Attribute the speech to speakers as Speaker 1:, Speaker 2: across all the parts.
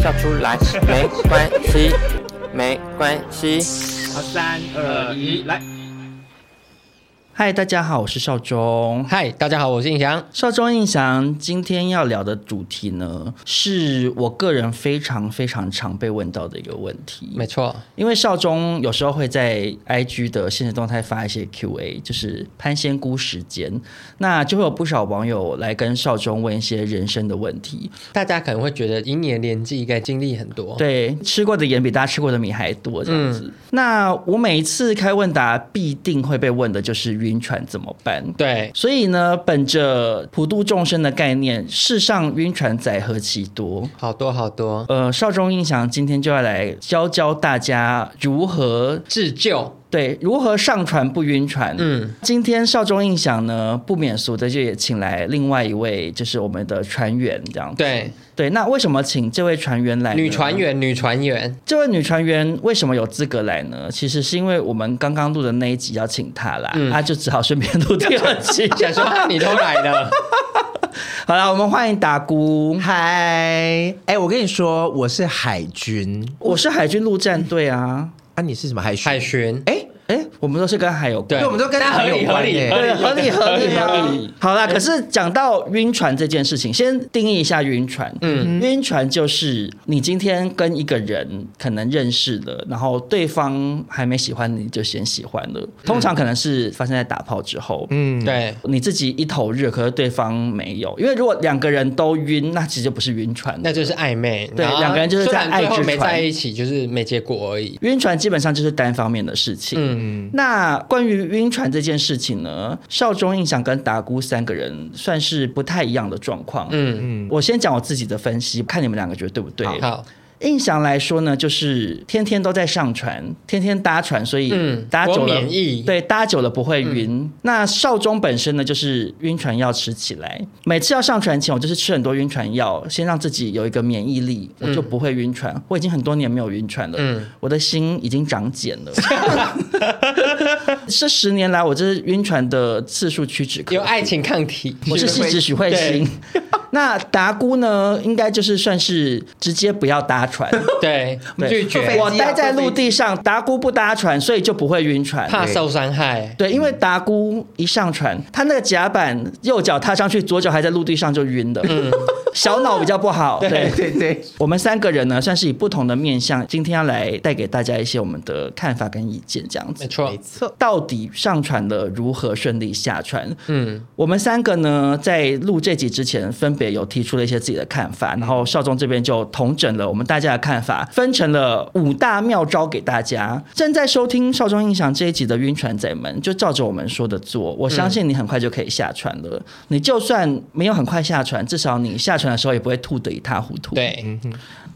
Speaker 1: 笑出来没关系，没关系。
Speaker 2: 好，三二一，来。嗨，大家好，我是邵忠。
Speaker 3: 嗨，大家好，我是印翔。
Speaker 2: 邵忠印象，今天要聊的主题呢，是我个人非常非常常被问到的一个问题。
Speaker 3: 没错，
Speaker 2: 因为少中有时候会在 IG 的现实动态发一些 Q&A，就是潘仙姑时间，那就会有不少网友来跟少中问一些人生的问题。
Speaker 3: 大家可能会觉得以你的年纪应该经历很多，，
Speaker 2: 对，吃过的盐比大家吃过的米还多这样子。
Speaker 3: 嗯
Speaker 2: 那我每一次开问答必定会被问的就是晕船怎么办？
Speaker 3: 对，
Speaker 2: 所以呢，本着普度众生的概念，世上晕船仔何其多。
Speaker 3: 好多好多
Speaker 2: 呃，少中印象今天就要来教教大家如何
Speaker 3: 自救，
Speaker 2: 对，如何上船不晕船？
Speaker 3: 嗯，
Speaker 2: 今天少中印象呢，不免俗的就也请来另外一位，就是我们的船员这样子。
Speaker 3: 对，
Speaker 2: 对，那为什么请这位船员来？
Speaker 3: 女船，员，女船员，
Speaker 2: 这位女船员为什么有资格来呢？其实是因为我们刚刚录的那一集要请她啦，她、
Speaker 3: 嗯
Speaker 2: 就只好顺便录第二 集。
Speaker 3: 想说啊你都来了，
Speaker 2: 好啦，我们欢迎达姑，
Speaker 4: 嗨，哎，我跟你说，我是海军
Speaker 2: 我是海军陆战队啊。
Speaker 4: 啊，你是什么海巡？
Speaker 3: 海巡，
Speaker 4: 哎，
Speaker 2: 哎，我们都是跟海有关。
Speaker 3: 对
Speaker 4: 对，我们都跟
Speaker 3: 那
Speaker 4: 海有关耶
Speaker 3: 合理
Speaker 2: 对，合理合理
Speaker 3: 合
Speaker 2: 合
Speaker 3: 理
Speaker 2: 理。好啦，可是讲到晕船这件事情，先定义一下晕船。嗯，晕船就是你今天跟一个人可能认识了，然后对方还没喜欢你就先喜欢了，通常可能是发生在打炮之后。
Speaker 4: 嗯，
Speaker 3: 对，
Speaker 2: 你自己一头热，可是对方没有，因为如果两个人都晕，那其实就不是晕船，
Speaker 3: 那就是暧昧，
Speaker 2: 对
Speaker 3: 然后
Speaker 2: 两个人就是在
Speaker 3: 虽然最
Speaker 2: 爱
Speaker 3: 后
Speaker 2: 之
Speaker 3: 没
Speaker 2: 船
Speaker 3: 在一起，就是没结果而已，
Speaker 2: 晕船基本上就是单方面的事情。嗯，那关于晕船这件事情呢，少中印象跟达姑三个人算是不太一样的状况。
Speaker 3: 嗯，
Speaker 2: 我先讲我自己的分析，看你们两个觉得对不对？
Speaker 3: 好，
Speaker 2: 印象来说呢，就是天天都在上船，天天搭船，所以
Speaker 3: 嗯
Speaker 2: 搭久
Speaker 3: 我
Speaker 2: 了，
Speaker 3: 免疫嗯
Speaker 2: 对，搭久了不会晕。那少中本身呢，就是晕船药吃起来，每次要上船前，我就是吃很多晕船药，先让自己有一个免疫力，我就不会晕船。
Speaker 3: 嗯
Speaker 2: 我已经很多年没有晕船了，我的心已经长茧 了。这十年来，我这晕船的次数屈指可
Speaker 3: 有
Speaker 2: 数。
Speaker 3: 爱情抗体，
Speaker 2: 我是戏子许慧
Speaker 3: 对
Speaker 2: 欣。 那达姑呢，应该就是算是直接不要搭船。
Speaker 3: 对，
Speaker 2: 对
Speaker 3: 拒绝，
Speaker 2: 我待在陆地上，达姑不搭船，所以就不会晕船。
Speaker 3: 怕受伤害，
Speaker 2: 对，因为达姑一上船，她那个甲板右脚踏上去，左脚还在陆地上就晕了，小脑比较不好。嗯对，
Speaker 4: 对对，
Speaker 2: 我们三个人呢，算是以不同的面向，今天要来带给大家一些我们的看法跟意见，这样子
Speaker 3: 没。错
Speaker 4: 没，错，
Speaker 2: 到底上船了，如何顺利下船？嗯，我们三个呢，在录这集之前，分别有提出了一些自己的看法，然后少宗这边就统整了我们大家的看法，分成了五大妙招给大家。正在收听少宗印象这一集的晕船仔们，就照着我们说的做，我相信你很快就可以下船了。你就算没有很快下船，至少你下船的时候也不会吐得一塌糊涂。。
Speaker 3: 对，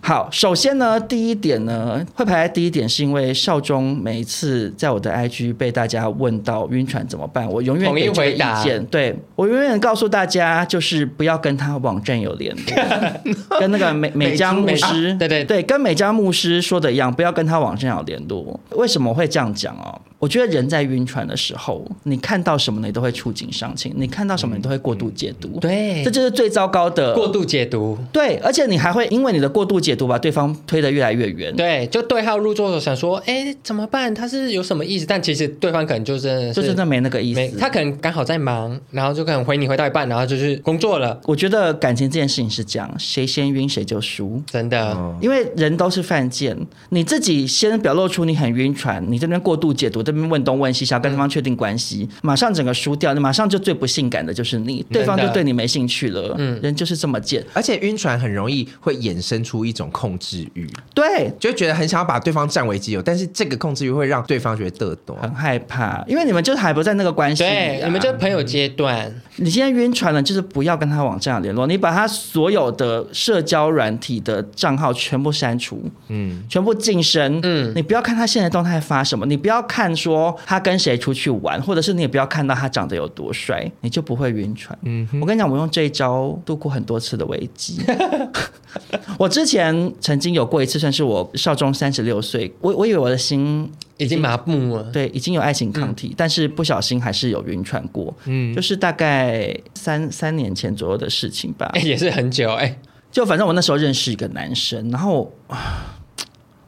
Speaker 2: 好，首先呢，第一点呢，会排在第一点，是因为少中每一次在我的 IG 被大家问到晕船怎么办，我永远
Speaker 3: 统一
Speaker 2: 给这个
Speaker 3: 回答
Speaker 2: 意见，对我永远告诉大家，就是不要跟他网站有联络， 跟那个美美江牧
Speaker 3: 美
Speaker 2: 师，
Speaker 3: 啊对对
Speaker 2: 对，跟美江牧师说的一样，不要跟他网站有联络。为什么会这样讲哦？我觉得人在晕船的时候，你看到什么你都会触景伤情，你看到什么你都会过度解读，
Speaker 3: 嗯对
Speaker 2: 这就是最糟糕的
Speaker 3: 过度解读，
Speaker 2: 对，而且你还会因为你的过度解读，把对方推得越来越远。
Speaker 3: 对，就对号入座的时候想说，哎，怎么办？他是有什么意思？但其实对方可能就真的是
Speaker 2: 就真的没那个意
Speaker 3: 没，
Speaker 2: 思。
Speaker 3: 他可能刚好在忙，然后就可能回你回到一半，然后就去工作了，
Speaker 2: 我觉得感情这件事情是这
Speaker 3: 哦
Speaker 2: 样，谁先晕谁就输。
Speaker 3: 真的，
Speaker 2: 哦因为人都是犯贱，你自己先表露出你很晕船，你这边过度解读，这这边问东问西，想要跟对方确定关系，
Speaker 3: 嗯
Speaker 2: 马上整个输掉，马上就最不性感的就是你，对方就对你没兴趣了。嗯，人就是这么贱。
Speaker 4: 而且晕船很容易会衍生出一种控制欲，
Speaker 2: 对，
Speaker 4: 就会觉得很想要把对方占为己有，但是这个控制欲会让对方觉得得多。
Speaker 2: 很害怕，因为你们就还不在那个关系里啊、
Speaker 3: 对，你们就朋友阶段，
Speaker 2: 你现在晕船了，就是不要跟他往这样联络，你把他所有的社交软体的账号全部删除，
Speaker 4: 嗯，
Speaker 2: 全部晋升。
Speaker 3: 嗯
Speaker 2: 嗯，你不要看他现在动态发什么，你不要看说他跟谁出去玩，或者是你也不要看到他长得有多帅，你就不会晕船。嗯，我跟你讲，我用这一招度过很多次的危机。我之前曾经有过一次，算是我少中三十六岁，我我以为我的心
Speaker 3: 已经麻木了。
Speaker 2: 对，已经有爱情抗
Speaker 3: 嗯
Speaker 2: 体，但是不小心还是有晕船过。嗯，就是大概三三年前左右的事情吧
Speaker 3: 哎、。 也是很久哎、
Speaker 2: 就反正我那时候认识一个男生，然后 啊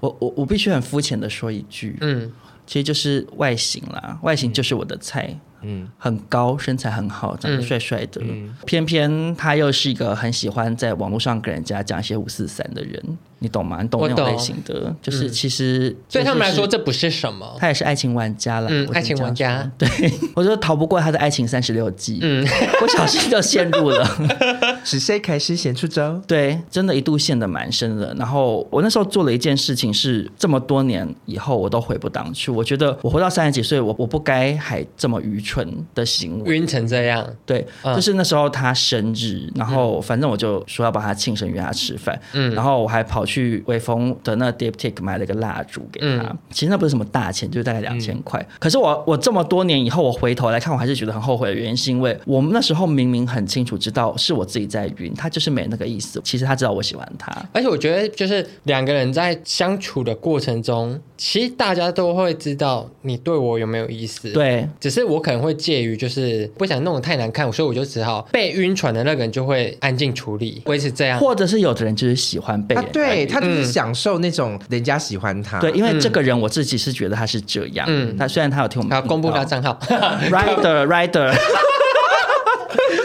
Speaker 2: 我我我必须很肤浅的说一句，
Speaker 3: 嗯，
Speaker 2: 其实就是外形啦，外形就是我的菜。
Speaker 4: 嗯
Speaker 2: 嗯，很高，身材很好，
Speaker 3: 嗯
Speaker 2: 长得帅帅的。偏偏他又是一个很喜欢在网络上跟人家讲一些五四三的人，你懂吗？你懂
Speaker 3: 我
Speaker 2: 那种类
Speaker 3: 懂嗯
Speaker 2: 型的，就是其实、
Speaker 3: 对他们来说
Speaker 2: 这。
Speaker 3: 这不是什么。
Speaker 2: 他也是爱情玩家啦，
Speaker 3: 嗯
Speaker 2: 我只能
Speaker 3: 爱情玩家
Speaker 2: 这样说， 对我就逃不过他的爱情三十六计， 嗯，不小心就陷入了，
Speaker 4: 是谁开始先出招？
Speaker 2: 对，真的，一度陷得蛮深的。然后我那时候做了一件事情，是这么多年以后我都悔不当初。我觉得我活到三十几岁，我我不该还这么愚蠢的行为。
Speaker 3: 晕成这样，
Speaker 2: 对，
Speaker 3: 嗯
Speaker 2: 就是那时候他生日，然后反正我就说要帮他庆生，约他吃饭，嗯，然后我还跑去微风的那 Diptic 买了一个蜡烛给他，其实那不是什么大钱，就是大概两千块。可是我我这么多年以后，我回头来看，我还是觉得很后悔的原因，是因为我们那时候明明很清楚知道是我自己在晕，他就是没那个意思。其实他知道我喜欢他，
Speaker 3: 而且我觉得就是两个人在相处的过程中，其实大家都会知道你对我有没有意思。，
Speaker 2: 对，
Speaker 3: 只是我可能会介于就是不想弄得太难看，所以我就只好被晕船的那个人就会安静处理，维持这样。
Speaker 2: 或者是有的人就是喜欢被
Speaker 4: 啊
Speaker 2: 人，
Speaker 4: 对啊
Speaker 2: 家
Speaker 4: 他就是享受那种人家喜欢他，
Speaker 2: 对，因为这个人我自己是觉得他是这样，嗯，他虽然他有听我们
Speaker 3: 好，
Speaker 2: 频
Speaker 3: 公布
Speaker 2: 道
Speaker 3: 他账号。
Speaker 2: Rider Rider，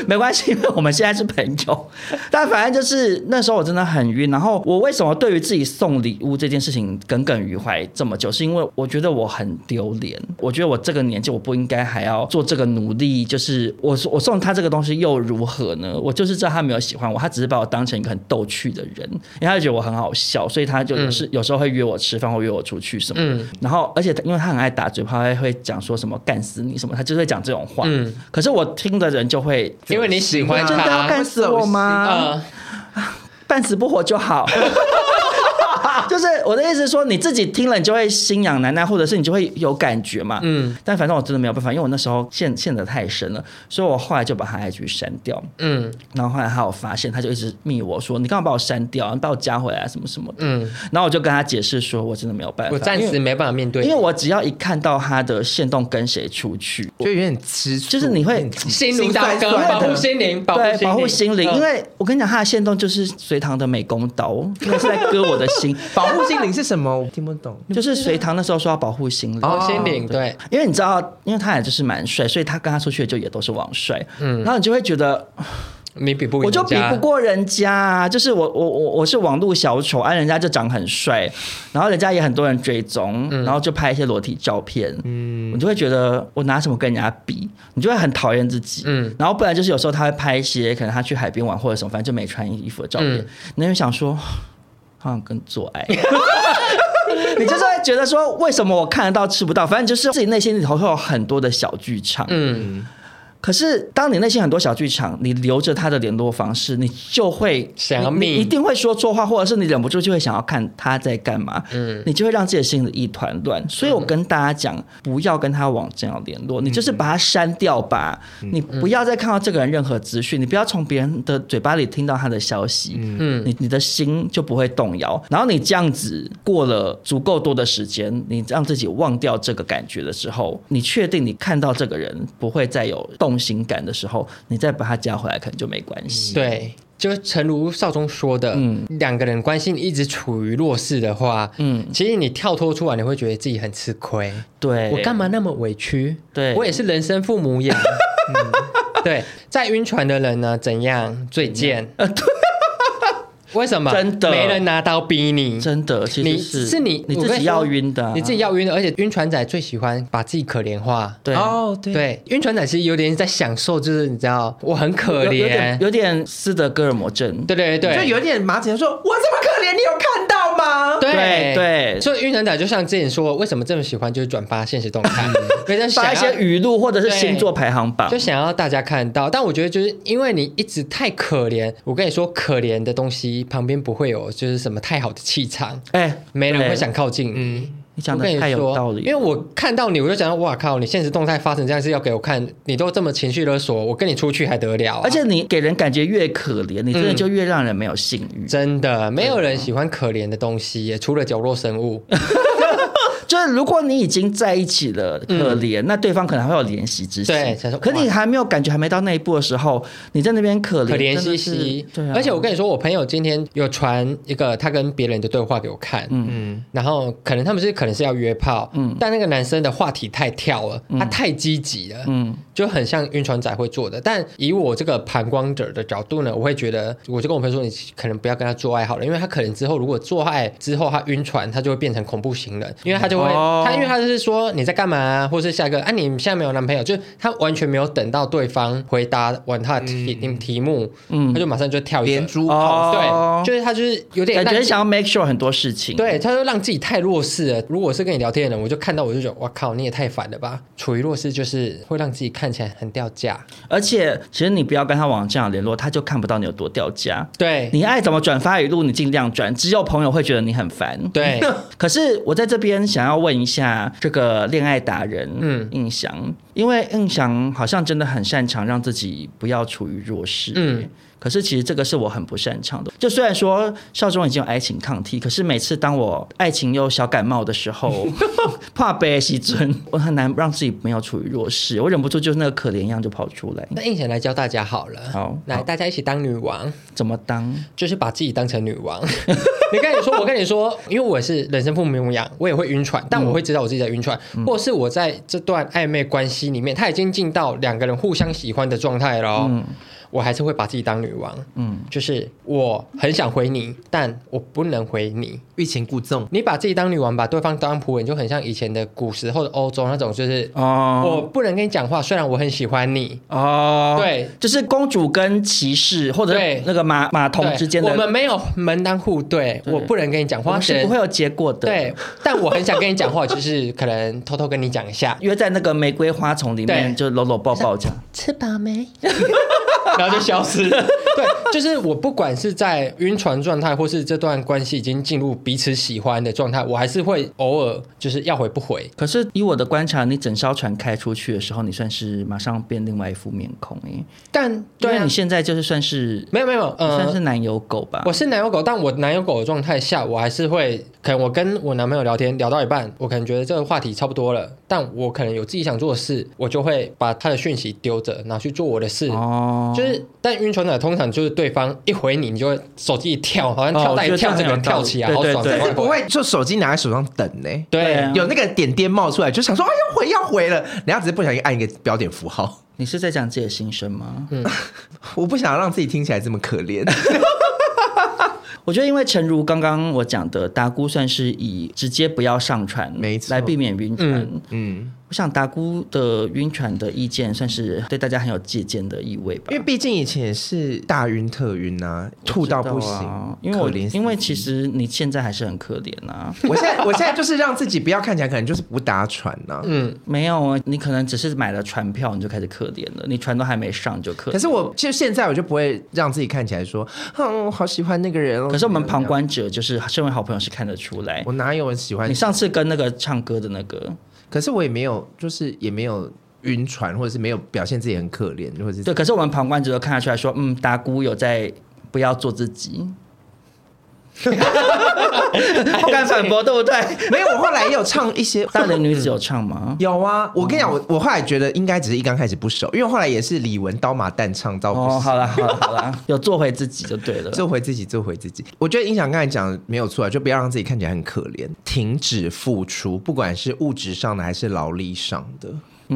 Speaker 2: 没关系，因为我们现在是朋友。但反正就是那时候我真的很晕，然后我为什么对于自己送礼物这件事情耿耿于怀这么久，是因为我觉得我很丢脸，我觉得我这个年纪我不应该还要做这个努力，就是我我送他这个东西又如何呢？我就是知道他没有喜欢我，他只是把我当成一个很逗趣的人，因为他就觉得我很好笑，所以他就有时、
Speaker 3: 嗯
Speaker 2: 有时候会约我吃饭或约我出去什么的。然后而且他因为他很爱打嘴炮，他会讲说什么干死你什么，他就会讲这种话。
Speaker 3: 嗯
Speaker 2: 可是我听的人就会觉
Speaker 3: 因
Speaker 2: 得
Speaker 3: 为你喜欢
Speaker 4: 真
Speaker 2: 真的要
Speaker 3: 他，
Speaker 2: 干死我吗？
Speaker 3: 呃，
Speaker 2: 半死不活就好。 就是我的意思是说，你自己听了你就会心痒难耐，或者是你就会有感觉嘛。嗯，但反正我真的没有办法，因为我那时候陷陷得太深了，所以我后来就把他 IG 删掉。
Speaker 3: 嗯
Speaker 2: 然后后来他有发现，他就一直密我说：“你干嘛把我删掉？你把我加回来啊什么什么的。
Speaker 3: 嗯，”
Speaker 2: 然后我就跟他解释说：“我真的没有办法，
Speaker 3: 我暂
Speaker 2: 因
Speaker 3: 时
Speaker 2: 为
Speaker 3: 没办法面对，
Speaker 2: 因为我只要一看到他的线动跟谁出去，
Speaker 4: 就有点吃醋，
Speaker 2: 就是你会
Speaker 3: 心灵刀
Speaker 4: 心
Speaker 3: 割，
Speaker 4: 酸
Speaker 3: 保
Speaker 4: 酸
Speaker 3: 护
Speaker 4: 的
Speaker 3: 心灵，
Speaker 2: 对保护心灵，
Speaker 3: 嗯
Speaker 2: 因为我跟你讲，他的线动就是隋唐的美工刀，那是在割我的心，
Speaker 4: 保护心灵是什么？我听不懂。
Speaker 2: 就是隋唐那时候说要保护心灵。
Speaker 3: 保护心灵，对，
Speaker 2: 因为你知道，因为他也就是蛮帅，所以他跟他出去的就也都是网帅，嗯，然后你就会觉得
Speaker 3: 你比不赢
Speaker 2: 我就比
Speaker 3: 人家
Speaker 2: 不过人家、啊，就是我我我我是网络小丑，啊，人家就长很帅，然后人家也很多人追踪，
Speaker 3: 嗯
Speaker 2: 然后就拍一些裸体照片，嗯，我就会觉得我拿什么跟人家比，你就会很讨厌自己，嗯，然后不然就是有时候他会拍一些可能他去海边玩或者什么，反正就没穿衣服的照片，
Speaker 3: 嗯
Speaker 2: 你就会想说，好想跟做爱。哎 你就是会觉得说，为什么我看得到吃不到？反正就是自己内心里头会有很多的小剧场，
Speaker 3: 嗯。
Speaker 2: 可是，当你内心很多小剧场，你留着他的联络方式，你就会
Speaker 3: 想要
Speaker 2: 你你
Speaker 3: 命
Speaker 2: 一定会说错话，或者是你忍不住就会想要看他在干嘛，嗯，你就会让自己的心里一团乱。所以我跟大家讲，不要跟他往这样联络，你就是把他删掉吧，你不要再看到这个人任何资讯，你不要从别人的嘴巴里听到他的消息，嗯，你你的心就不会动摇。然后你这样子过了足够多的时间，你让自己忘掉这个感觉的时候，你确定你看到这个人不会再有动心感的时候，你再把他加回来，可能就没关系。
Speaker 3: 对，就诚如少中说的，两个人关系一直处于弱势的话，嗯，其实你跳脱出来，你会觉得自己很吃亏。
Speaker 2: 对，
Speaker 3: 我干嘛那么委屈？
Speaker 2: 对
Speaker 3: 我也是人生父 母养。嗯对，在晕船的人呢，怎样最贱？为什么？
Speaker 2: 真的
Speaker 3: 没人拿刀逼你，
Speaker 2: 真的，其
Speaker 3: 你
Speaker 2: 实
Speaker 3: 是你
Speaker 2: 你
Speaker 3: 我
Speaker 2: 自
Speaker 3: 跟
Speaker 2: 己
Speaker 3: 你说
Speaker 2: 要晕的啊、
Speaker 3: 你自己要晕的，而且晕船仔最喜欢把自己可怜化。
Speaker 2: 对。
Speaker 4: 哦，对，
Speaker 3: 对，晕船仔其实有点在享受，就是你知道，我很可
Speaker 2: 有有
Speaker 3: 怜
Speaker 2: 点。有点斯德哥尔摩症，
Speaker 3: 对对对，
Speaker 4: 就有点马景说：“我这么可怜，你有看到吗？”
Speaker 3: 对
Speaker 2: 对对
Speaker 3: 所以晕船仔就像之前说，为什么这么喜欢就是转发现实动 态，因为他
Speaker 2: 嗯发
Speaker 3: 想
Speaker 2: 一些
Speaker 3: 要
Speaker 2: 语录或者是
Speaker 3: 对
Speaker 2: 星座排行榜
Speaker 3: 就，想要大家看到。但我觉得就是因为你一直太可怜，我跟你说，可怜的东西旁边不会有就是什么太好的气场，
Speaker 2: 哎，
Speaker 3: 没人
Speaker 2: 对嗯
Speaker 3: 会想靠近你。
Speaker 2: 你
Speaker 3: 我
Speaker 2: 讲
Speaker 3: 跟
Speaker 2: 的
Speaker 3: 你
Speaker 2: 太有
Speaker 3: 说
Speaker 2: 道理了，
Speaker 3: 因为我看到你，我就想到，哇靠！你现实动态发成这样是要给我看，你都这么情绪勒索，我跟你出去还得了啊、
Speaker 2: 而且你给人感觉越可怜，你真
Speaker 3: 嗯
Speaker 2: 的就越让人没有性欲。
Speaker 3: 真的没有人
Speaker 2: 啊
Speaker 3: 喜欢可怜的东西耶，除了角落生物。
Speaker 2: 就是如果你已经在一起了，可怜，那对方可能还会有怜惜之心。
Speaker 3: 嗯对想说
Speaker 2: 可
Speaker 3: 哇
Speaker 2: 你还没有感觉，还没到那一步的时候，你在那边可怜，
Speaker 3: 可怜
Speaker 2: 真
Speaker 3: 兮
Speaker 2: 的是
Speaker 3: 兮。
Speaker 2: 对啊，
Speaker 3: 而且我跟你说，我朋友今天有传一个他跟别人的对话给我看，嗯，然后可能他们是可能是要约炮，嗯，但那个男生的话题太跳了，
Speaker 2: 嗯
Speaker 3: 他太积极了，嗯，就很像晕船仔会做的。但以我这个旁观者的角度呢，我会觉得，我就跟我朋友说，你可能不要跟他做爱好了，因为他可能之后如果做爱之后他晕船，他就会变成恐怖情人，因为他就会、
Speaker 2: 哦
Speaker 3: 他因为他就是说你在干嘛、啊，或是下一个啊你现在没有男朋友，就是他完全没有等到对方回答完他的题、题目，嗯，他就马上就跳一个
Speaker 4: 连，珠炮，
Speaker 2: 哦
Speaker 3: 对，就是他就是有点
Speaker 2: 感
Speaker 3: 让
Speaker 2: 觉
Speaker 3: 自己
Speaker 2: 想要 make sure 很多事情。
Speaker 3: 对，他就让自己太弱势了。如果是跟你聊天的人，我就看到我就觉得，哇靠，你也太烦了吧！处于弱势就是会让自己看起来很掉价。
Speaker 2: 而且其实你不要跟他往这样联络，他就看不到你有多掉价。
Speaker 3: 对，
Speaker 2: 你爱怎么转发语录，你尽量转，只有朋友会觉得你很烦。
Speaker 3: 对
Speaker 2: 可是我在这边想要问一下这个恋爱达人，嗯，印翔，因为印翔好像真的很擅长让自己不要处于弱势，嗯
Speaker 3: 嗯。
Speaker 2: 可是其实这个是我很不擅长的。就虽然说少中已经有爱情抗体，可是每次当我爱情有小感冒的时 候，怕被西尊，我很难让自己没有处于弱势，我忍不住就是那个可怜样就跑出来。
Speaker 3: 那应贤来教大家好了，
Speaker 2: 好
Speaker 3: 来
Speaker 2: 好
Speaker 3: 大家一起当女王。
Speaker 2: 怎么当？
Speaker 3: 就是把自己当成女王。 你跟你说，我跟你说，因为我是人生父母母养，我也会晕船，但我会知道我自己在晕船，
Speaker 2: 嗯
Speaker 3: 或是我在这段暧昧关系里面，他已经进到两个人互相喜欢的状态了哦、
Speaker 2: 嗯
Speaker 3: 我还是会把自己当女王。嗯，就是我很想回你，但我不能回你。
Speaker 4: 欲擒故纵，
Speaker 3: 你把自己当女王，把对方当仆人，就很像以前的古时候的欧洲那种，就是。我
Speaker 2: 哦
Speaker 3: 不能跟你讲话，虽然我很喜欢你。
Speaker 2: 哦，
Speaker 3: 对，
Speaker 2: 就是公主跟骑士或者
Speaker 3: 对
Speaker 2: 那个马马童
Speaker 3: 对
Speaker 2: 之间的，
Speaker 3: 我们没有门当户对，我不能跟你讲
Speaker 2: 我
Speaker 3: 话，
Speaker 2: 们是
Speaker 3: 只
Speaker 2: 不
Speaker 3: 能
Speaker 2: 会有结果的。
Speaker 3: 对，但我很想跟你讲话，就是可能偷偷跟你讲一 下，
Speaker 2: 约在那个玫瑰花丛里
Speaker 3: 对
Speaker 2: 面就搂搂抱抱这样。
Speaker 5: 吃饱没？
Speaker 3: 然后就消失了。对，就是我不管是在晕船状态，或是这段关系已经进入彼此喜欢的状态，我还是会偶尔就是要回不回。
Speaker 2: 可是以我的观察，你整艘船开出去的时候，你算是马上变另外一副面孔诶。
Speaker 3: 但
Speaker 2: 因
Speaker 3: 对
Speaker 2: 为
Speaker 3: 啊
Speaker 2: 你，现在就是算是
Speaker 3: 没有没有，
Speaker 2: 你算是
Speaker 3: 呃。
Speaker 2: 男友狗吧
Speaker 3: 我？是男友狗，但我男友狗的状态下，我还是会，可能我跟我男朋友聊天聊到一半，我可能觉得这个话题差不多了，但我可能有自己想做的事，我就会把他的讯息丢着，拿去做我的事。
Speaker 2: 哦，
Speaker 3: 就是，但晕船仔通常就是对方一回你，你就会手机一跳，好像跳
Speaker 2: 哦
Speaker 3: 带
Speaker 2: 我觉得
Speaker 3: 跳，
Speaker 2: 这
Speaker 3: 整
Speaker 2: 样
Speaker 3: 个
Speaker 2: 很
Speaker 3: 人
Speaker 2: 有道
Speaker 3: 跳
Speaker 2: 理
Speaker 3: 起来，
Speaker 2: 对
Speaker 3: 好
Speaker 2: 对
Speaker 3: 爽
Speaker 2: 对
Speaker 4: 但
Speaker 3: 快
Speaker 4: 是
Speaker 3: 活。
Speaker 4: 不会就手机拿在手上等呢、
Speaker 2: 对啊
Speaker 3: 对，
Speaker 4: 有那个点点冒出来，就想说哎要回要回了，然后只是不小心按一个标点符号。
Speaker 2: 你是在讲自己的心声吗？
Speaker 4: 我不想让自己听起来这么可怜，
Speaker 2: 我觉得，因为诚如刚刚我讲的，达姑算是以直接不要上船，
Speaker 4: 没错
Speaker 2: 来避免晕船。
Speaker 4: 嗯，
Speaker 2: 我想达姑的晕船的意见算是对大家很有借鉴的意味吧
Speaker 4: 因为。毕竟以前也是大晕特晕啊，吐到不行，
Speaker 2: 啊因为我
Speaker 4: 可怜死
Speaker 2: 因为其实你现在还是很可怜啊，
Speaker 4: 我现在我现在就是让自己不要看起来可能就是不搭船呐、
Speaker 3: 嗯，
Speaker 2: 没有啊，你可能只是买了船票你就开始可怜了，你船都还没上你就可怜。
Speaker 4: 可是我其实现在我就不会让自己看起来说，嗯，我好喜欢那个人、哦。
Speaker 2: 可是我们旁观者就是身为好朋友是看得出来，
Speaker 4: 我哪有很喜欢
Speaker 2: 你？上次跟那个唱歌的那个，
Speaker 4: 可是我也没有，就是也没有晕船，或者是没有表现自己很可怜，或者是
Speaker 2: 对，可是我们旁观者都看得出来说，嗯，达姑有在不要做自 己，不敢反驳，对不对？
Speaker 4: 没有。我后来也有唱 一些
Speaker 2: 大龄女子有唱吗？
Speaker 4: 有啊，我跟你讲，我我后来觉得应该只是一刚开始不熟，因为我后来也是李玟刀马旦唱到不
Speaker 2: 哦，
Speaker 4: 行。
Speaker 2: 好啦好啦好啦，有做回自己就对了。
Speaker 4: 嗯 做回自己，做回自己。我觉得音响刚才讲的没有错啊，就不要让自己看起来很可怜，停止付出，不管是物质上的还是劳力上的。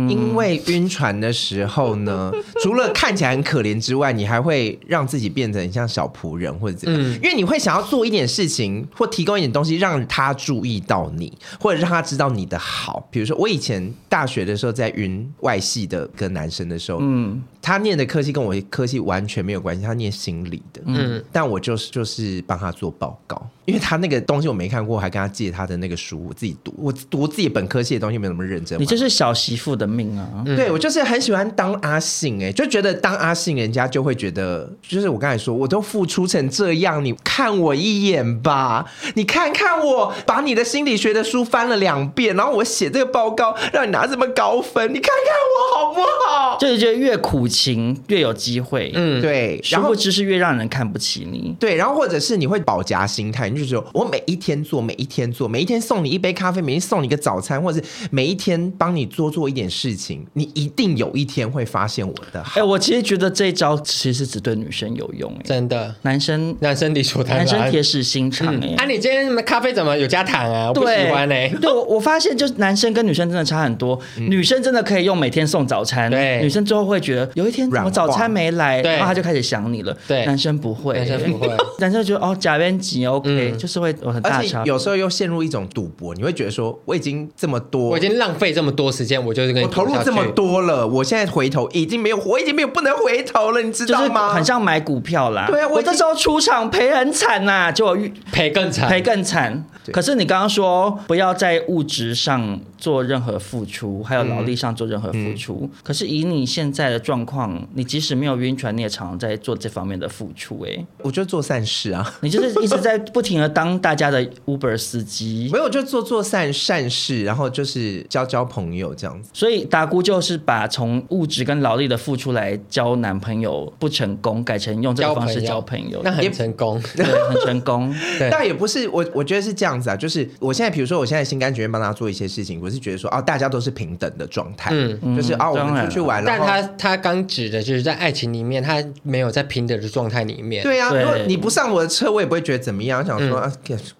Speaker 4: 因为晕船的时候呢，除了看起来很可怜之外，你还会让自己变得很像小仆人或者怎么样，
Speaker 3: 嗯
Speaker 4: 因为你会想要做一点事情或提供一点东西，让他注意到你，或者让他知道你的好。比如说，我以前大学的时候在晕外系的跟男生的时候，嗯，他念的科系跟我科系完全没有关系，他念心理的，嗯，但我就是就是帮他做报告。因为他那个东西我没看过，我还跟他借他的那个书，我自己读。我读自己本科系的东西没有那么认真嘛。
Speaker 2: 你这是小媳妇的命啊！
Speaker 4: 对我就是很喜欢当阿信哎、就觉得当阿信，人家就会觉得，就是我刚才说，我都付出成这样，你看我一眼吧，你看看我，把你的心理学的书翻了两遍，然后我写这个报告，让你拿这么高分，你看看我好不好？
Speaker 2: 就是觉得越苦情越有机会，嗯，
Speaker 4: 对，
Speaker 2: 殊
Speaker 4: 然后
Speaker 2: 不知是越让人看不起你。
Speaker 4: 对，然后或者是你会保夹心态，你就觉得我每一天做，每一天做，每一天送你一杯咖啡，每一天送你一个早餐，或者是每一天帮你多做一点事情，你一定有一天会发现我的好。
Speaker 2: 哎、我其实觉得这一招其实只对女生有用、哎，
Speaker 3: 真的，
Speaker 2: 男生
Speaker 3: 男生理所当
Speaker 2: 男生
Speaker 3: 然。
Speaker 2: 铁石心肠、
Speaker 4: 嗯
Speaker 2: 哎、
Speaker 3: 啊，你今天咖啡怎么有加糖啊？我不
Speaker 2: 对，
Speaker 3: 喜欢呢、 嗯
Speaker 2: 对，我我发现就是男生跟女生真的差很多，女生真的可以用每天送早餐，
Speaker 3: 对
Speaker 2: 女生最后会觉得有一天怎
Speaker 4: 软
Speaker 2: 么
Speaker 4: 化
Speaker 2: 早餐没来，
Speaker 3: 对
Speaker 2: 然后他就开始想你了。
Speaker 3: 对
Speaker 2: 男生不会，
Speaker 3: 男生不会， 嗯
Speaker 2: 男生觉得哦假边挤 OK，、就是会有很大
Speaker 4: 而
Speaker 2: 的
Speaker 4: 且
Speaker 2: 差别。
Speaker 4: 有时候又陷入一种赌博，你会觉得说我已经这么多，
Speaker 3: 我已经浪费这么多时间，我就是跟你
Speaker 4: 我投入
Speaker 3: 下去
Speaker 4: 这么，多了，我现在回头已经没有，我已经没有不能回头了，你知
Speaker 2: 就是
Speaker 4: 道吗？
Speaker 2: 很像买股票啦，
Speaker 4: 对啊我
Speaker 2: 我
Speaker 4: 已经
Speaker 2: 这时候出场赔很惨呐、结果遇
Speaker 3: 赔更惨，
Speaker 2: 赔更惨。
Speaker 4: 对
Speaker 2: 可是你刚刚说不要在物质上做任何付出，还有劳力上做任何付出。可是以你现在的状况，你即使没有晕船，你也常常在做这方面的付出、哎，
Speaker 4: 我就做善事啊，
Speaker 2: 你就是一直在不停的当大家的 Uber 司机
Speaker 4: 没。有我就做做善善事，然后就是交交朋友这样子。
Speaker 2: 所以达姑就是把从物质跟劳力的付出来交男朋友不成功，改成用这个
Speaker 3: 交
Speaker 2: 方
Speaker 3: 朋
Speaker 2: 式
Speaker 3: 友
Speaker 2: 交朋友，
Speaker 3: 那
Speaker 4: 也
Speaker 3: 很成功。
Speaker 2: 对，很成功。
Speaker 3: 对
Speaker 4: 但也不是我，我觉得是这样子啊，就是我现在，比如说我现在心甘情愿帮他做一些事情，我是觉得说，哦，大家都是平等的状态，
Speaker 3: 嗯
Speaker 4: 就是啊、哦，我
Speaker 2: 当然
Speaker 4: 们
Speaker 2: 了
Speaker 4: 出去玩，
Speaker 3: 但
Speaker 4: 然后
Speaker 3: 他他刚指的就是在爱情里面，他没有在平等的状态里面。
Speaker 4: 对啊，
Speaker 2: 对
Speaker 4: 如果你不上我的车，我也不会觉得怎么样，想
Speaker 3: 嗯
Speaker 4: 说、啊，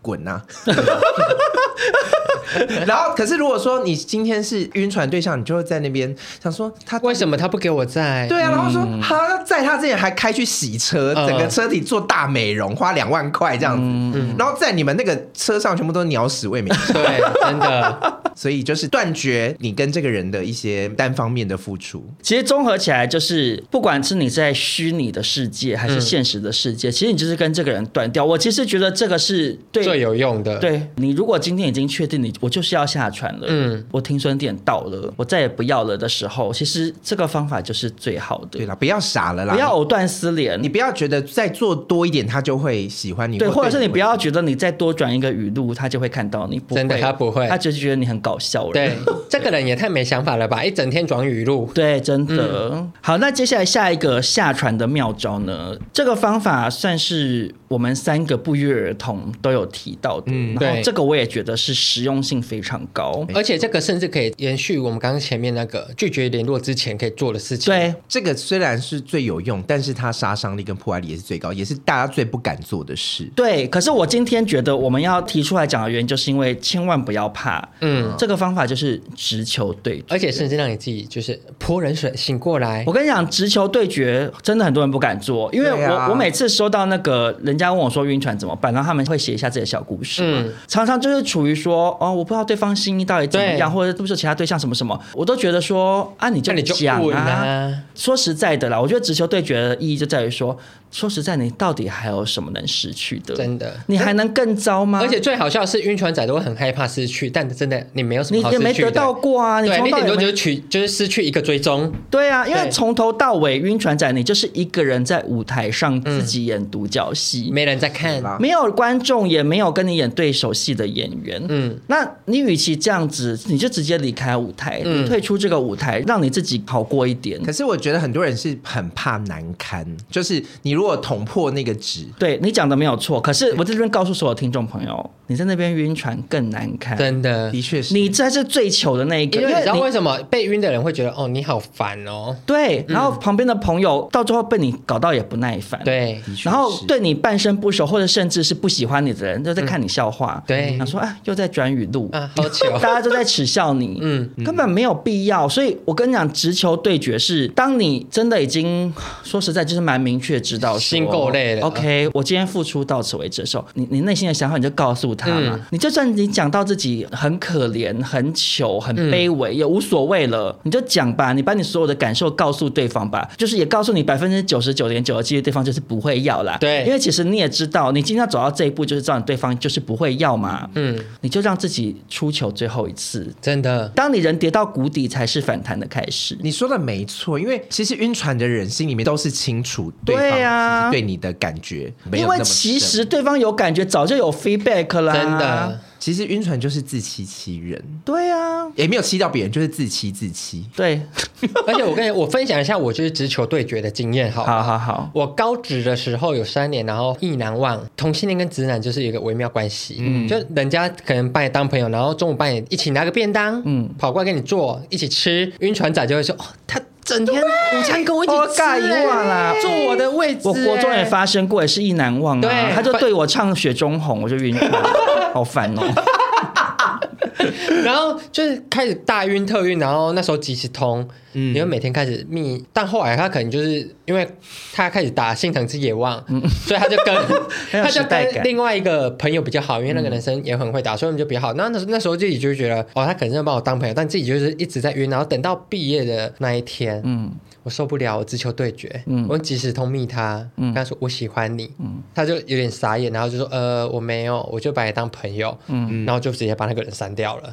Speaker 4: 滚啊！ 然后，可是如果说你今天是晕船对象，你就会在那边想说他。
Speaker 3: 为什么他不给我在？
Speaker 4: 对啊，然后说他在他之前还开去洗车，
Speaker 3: 嗯
Speaker 4: 整个车体做大美容，花两万块这样子，
Speaker 3: 嗯
Speaker 4: 然后在你们那个车上全部都是鸟屎味没，
Speaker 3: 对，真的，
Speaker 4: 所以就是断绝你跟这个人的一些单方面的付出。
Speaker 2: 其实综合起来，就是不管是你在虚拟的世界还是现实的世界，其实你就是跟这个人断掉。我其实觉得这个是对
Speaker 3: 最有用的。，
Speaker 2: 对你，如果今天已经确定你我就是要下船了，嗯，我停损点到了，我再也不要了的时候，其实这个方法就是最好的。
Speaker 4: 对啦，不要傻了啦，
Speaker 2: 不要藕断丝连，
Speaker 4: 你不要觉得再做多一点他就会喜欢你，
Speaker 2: 对，或者是你
Speaker 4: 对
Speaker 2: 不要觉得你再多转一个语录，他就会看到你，不会
Speaker 3: 真的他不会
Speaker 2: 他就觉得你很搞笑了。
Speaker 3: 对，这个人也太没想法了吧！一整天转语录，
Speaker 2: 对，真的、好。那接下来下一个下船的妙招呢？这个方法算是我们三个不约而同都有提到的，然后
Speaker 3: 对
Speaker 2: 这个我也觉得是实用性非常高。
Speaker 3: 而且这个甚至可以延续我们刚刚前面那个拒绝联络之前可以做的事情。
Speaker 2: 对，
Speaker 4: 这个虽然是最有用，但是它杀伤力跟破坏力也是最高，也是大家最不敢做的事。
Speaker 2: 对，可是我今天觉得我们要提出来讲的原因，就是因为千万不要怕，嗯，这个方法就是直球对决。
Speaker 3: 而且甚至让你自己就是泼冷水，醒过来
Speaker 2: 我。跟你讲，直球对决真的很多人不敢做，因为
Speaker 4: 对
Speaker 2: 我、
Speaker 4: 啊
Speaker 2: 我每次收到那个人家问我说晕船怎么办，然后他们会写一下自己的小故事，嗯，常常就是处于说哦，我不知道对方心意到底怎么样，
Speaker 3: 对
Speaker 2: 或者是不是有其他对象什么什么，我都觉得说啊，你就
Speaker 3: 那你就
Speaker 2: 讲
Speaker 3: 问
Speaker 2: 啊。
Speaker 3: 啊，
Speaker 2: 说实在的啦，我觉得直球对决的意义就在于说，说实在，你到底还有什么能失去的？
Speaker 3: 真的
Speaker 2: 你还能更糟吗？
Speaker 3: 而且最好笑的是，晕船仔都会很害怕失去，但真的你没有什
Speaker 2: 你
Speaker 3: 么好
Speaker 2: 也
Speaker 3: 失
Speaker 2: 没
Speaker 3: 去的。
Speaker 2: 得到过啊，你
Speaker 3: 对，
Speaker 2: 从
Speaker 3: 你
Speaker 2: 头
Speaker 3: 顶
Speaker 2: 到
Speaker 3: 多
Speaker 2: 尾
Speaker 3: 就
Speaker 2: 没
Speaker 3: 是取，就是失去一个追踪。
Speaker 2: 对啊，因为
Speaker 3: 对
Speaker 2: 从头到尾晕船仔，你就是一个人在舞台上自己演独角戏，
Speaker 3: 嗯没人在看，
Speaker 4: 啦
Speaker 2: 没有观众，也没有跟你演对手戏的演员。嗯，那你与其这样子，你就直接离开舞台，
Speaker 3: 嗯
Speaker 2: 你退出这个舞台，让你自己好过一点。
Speaker 4: 可是我觉得很多人是很怕难堪，就是你如果捅破那个纸，
Speaker 2: 对你讲的没有错，可是我在这边告诉所有听众朋友，你在那边晕船更难看。
Speaker 3: 真的。
Speaker 4: 的确是
Speaker 2: 呃你才哎是最糗的那一个，
Speaker 3: 因为你知道
Speaker 2: 你
Speaker 3: 为什么被晕的人会觉得哦你好烦哦？
Speaker 2: 对，然后旁边的朋友到最后被你搞到也不耐烦。
Speaker 3: 对，
Speaker 4: 的确是
Speaker 2: 然后对你半半生不熟，或者甚至是不喜欢你的人，就在看你笑话，
Speaker 3: 对
Speaker 2: 想说啊，又在转语录，，
Speaker 3: 啊，好巧
Speaker 2: 大家都在耻 笑你，嗯，根本没有必要。所以我跟你讲，直球对决是，当你真的已经说实在，就是蛮明确知道说
Speaker 3: 心够累了
Speaker 2: OK，我今天付出到此为止的时候，你你内心的想法你就告诉他嘛，
Speaker 3: 嗯
Speaker 2: 你就算你讲到自己很可怜、很糗、很卑微、也无所谓了，你就讲吧，你把你所有的感受告诉对方吧，就是也告诉你百分之九十九点九的几率对方就是不会要啦，
Speaker 3: 对
Speaker 2: 因为其实你也知道，你今天要走到这一步，就是知道你对方就是不会要嘛，
Speaker 3: 嗯，
Speaker 2: 你就让自己出糗最后一次。
Speaker 3: 真的，
Speaker 2: 当你人跌到谷底，才是反弹的开始。
Speaker 4: 你说的没错，因为其实晕船的人心里面都是清楚对方
Speaker 2: 对啊
Speaker 4: 其实对你的感觉没
Speaker 2: 因
Speaker 4: 有那
Speaker 2: 为
Speaker 4: 么深，
Speaker 2: 其实对方有感觉，早就有 feedback 啦。
Speaker 3: 真的，
Speaker 4: 其实晕船就是自欺欺人，
Speaker 2: 对啊，
Speaker 4: 也没有欺到别人，就是自欺自欺。
Speaker 2: 对，
Speaker 3: 而且我跟你我分享一下我就是直球对决的经验好了，
Speaker 2: 好好好，
Speaker 3: 我高职的时候有三年，然后意难忘，同性恋跟直男就是有一个微妙关系，
Speaker 2: 嗯
Speaker 3: 就人家可能把你当朋友，然后中午把你一起拿个便当，嗯，跑过来跟你坐，一起吃，晕船仔就会说，哦，他整天午餐跟我一起吃、
Speaker 2: 尬一话啦
Speaker 3: 欸，坐我的位置、
Speaker 2: 我国中也
Speaker 3: 欸
Speaker 2: 发生过，也是意难忘啊。
Speaker 3: 对
Speaker 2: 他就对我唱《雪中红》，我就晕船， 好烦哦。
Speaker 3: 然后就是开始大晕特晕，然后那时候即时通，
Speaker 2: 嗯
Speaker 3: 你会每天开始密，但后来他可能就是因为他开始打心疼之野望，所以他就跟
Speaker 2: 嗯 很
Speaker 3: 他
Speaker 2: 有
Speaker 3: 就
Speaker 2: 时代感
Speaker 3: 跟另外一个朋友比较好，因为那个男生也很会打，所以我们就比较好。那那时候那时候自己就会觉得，哦，他可能真的把我当朋友，但自己就是一直在晕，然后等到毕业的那一天，
Speaker 2: 嗯，
Speaker 3: 我受不了，我直球对决。
Speaker 2: 嗯
Speaker 3: 我即时通密他，跟他说我喜欢你，他就有点傻眼，然后就说呃我没有，我就把你当朋友，
Speaker 2: 嗯
Speaker 3: 然后就直接把那个人删掉了。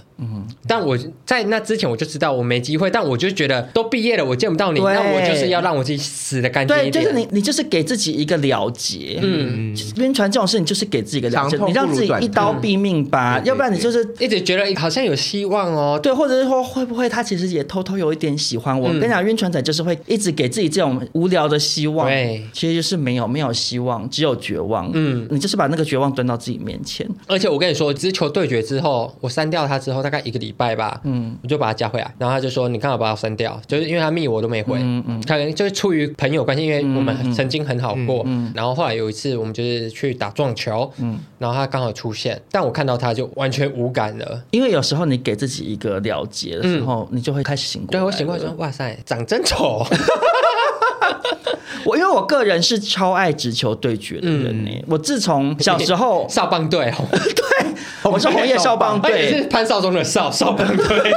Speaker 3: 但我在那之前我就知道我没机会，但我就觉得都毕业了，我见不到你，
Speaker 2: 对
Speaker 3: 那我就是要让我自己死的干净
Speaker 2: 对，
Speaker 3: 一点。
Speaker 2: 就是你，你就是给自己一个了结。嗯，晕船这种事情就是给自己一个了结，
Speaker 4: 长痛
Speaker 2: 你让自己
Speaker 4: 不如短
Speaker 2: 一刀
Speaker 4: 痛
Speaker 2: 毙命吧，
Speaker 4: 对对
Speaker 2: 要不然你就是
Speaker 3: 一直觉得好像有希望哦，
Speaker 2: 对，或者是说会不会他其实也偷偷有一点喜欢我？
Speaker 3: 嗯
Speaker 2: 我跟你讲，晕船仔就是会一直给自己这种无聊的希望，
Speaker 3: 对
Speaker 2: 其实就是没有没有希望，只有绝望。嗯，你就是把那个绝望端到自己面前，
Speaker 3: 而且我跟你说，直球对决之后，我删掉他之后，大概一个礼拜吧，嗯，我就把他加回来，然后他就说你刚好把我删掉，就是因为他密我都没回，嗯嗯，他可能就是出于朋友关系，因为我们曾经很好过，然后后来有一次我们就是去打撞球，嗯，然后他刚好出现，但我看到他就完全无感了，
Speaker 2: 因为有时候你给自己一个了结的时候，你就会开始醒过
Speaker 3: 嗯
Speaker 2: 来。
Speaker 3: 对我醒过来说，，哇塞，长真 丑，
Speaker 2: 我因为我个人是超爱直球对决的人
Speaker 3: 嗯
Speaker 2: 呢、我自从小 时候，
Speaker 3: 少棒队哦，
Speaker 2: 我是红叶少棒
Speaker 3: 而且
Speaker 2: 队
Speaker 3: 是。潘少忠的少少棒队，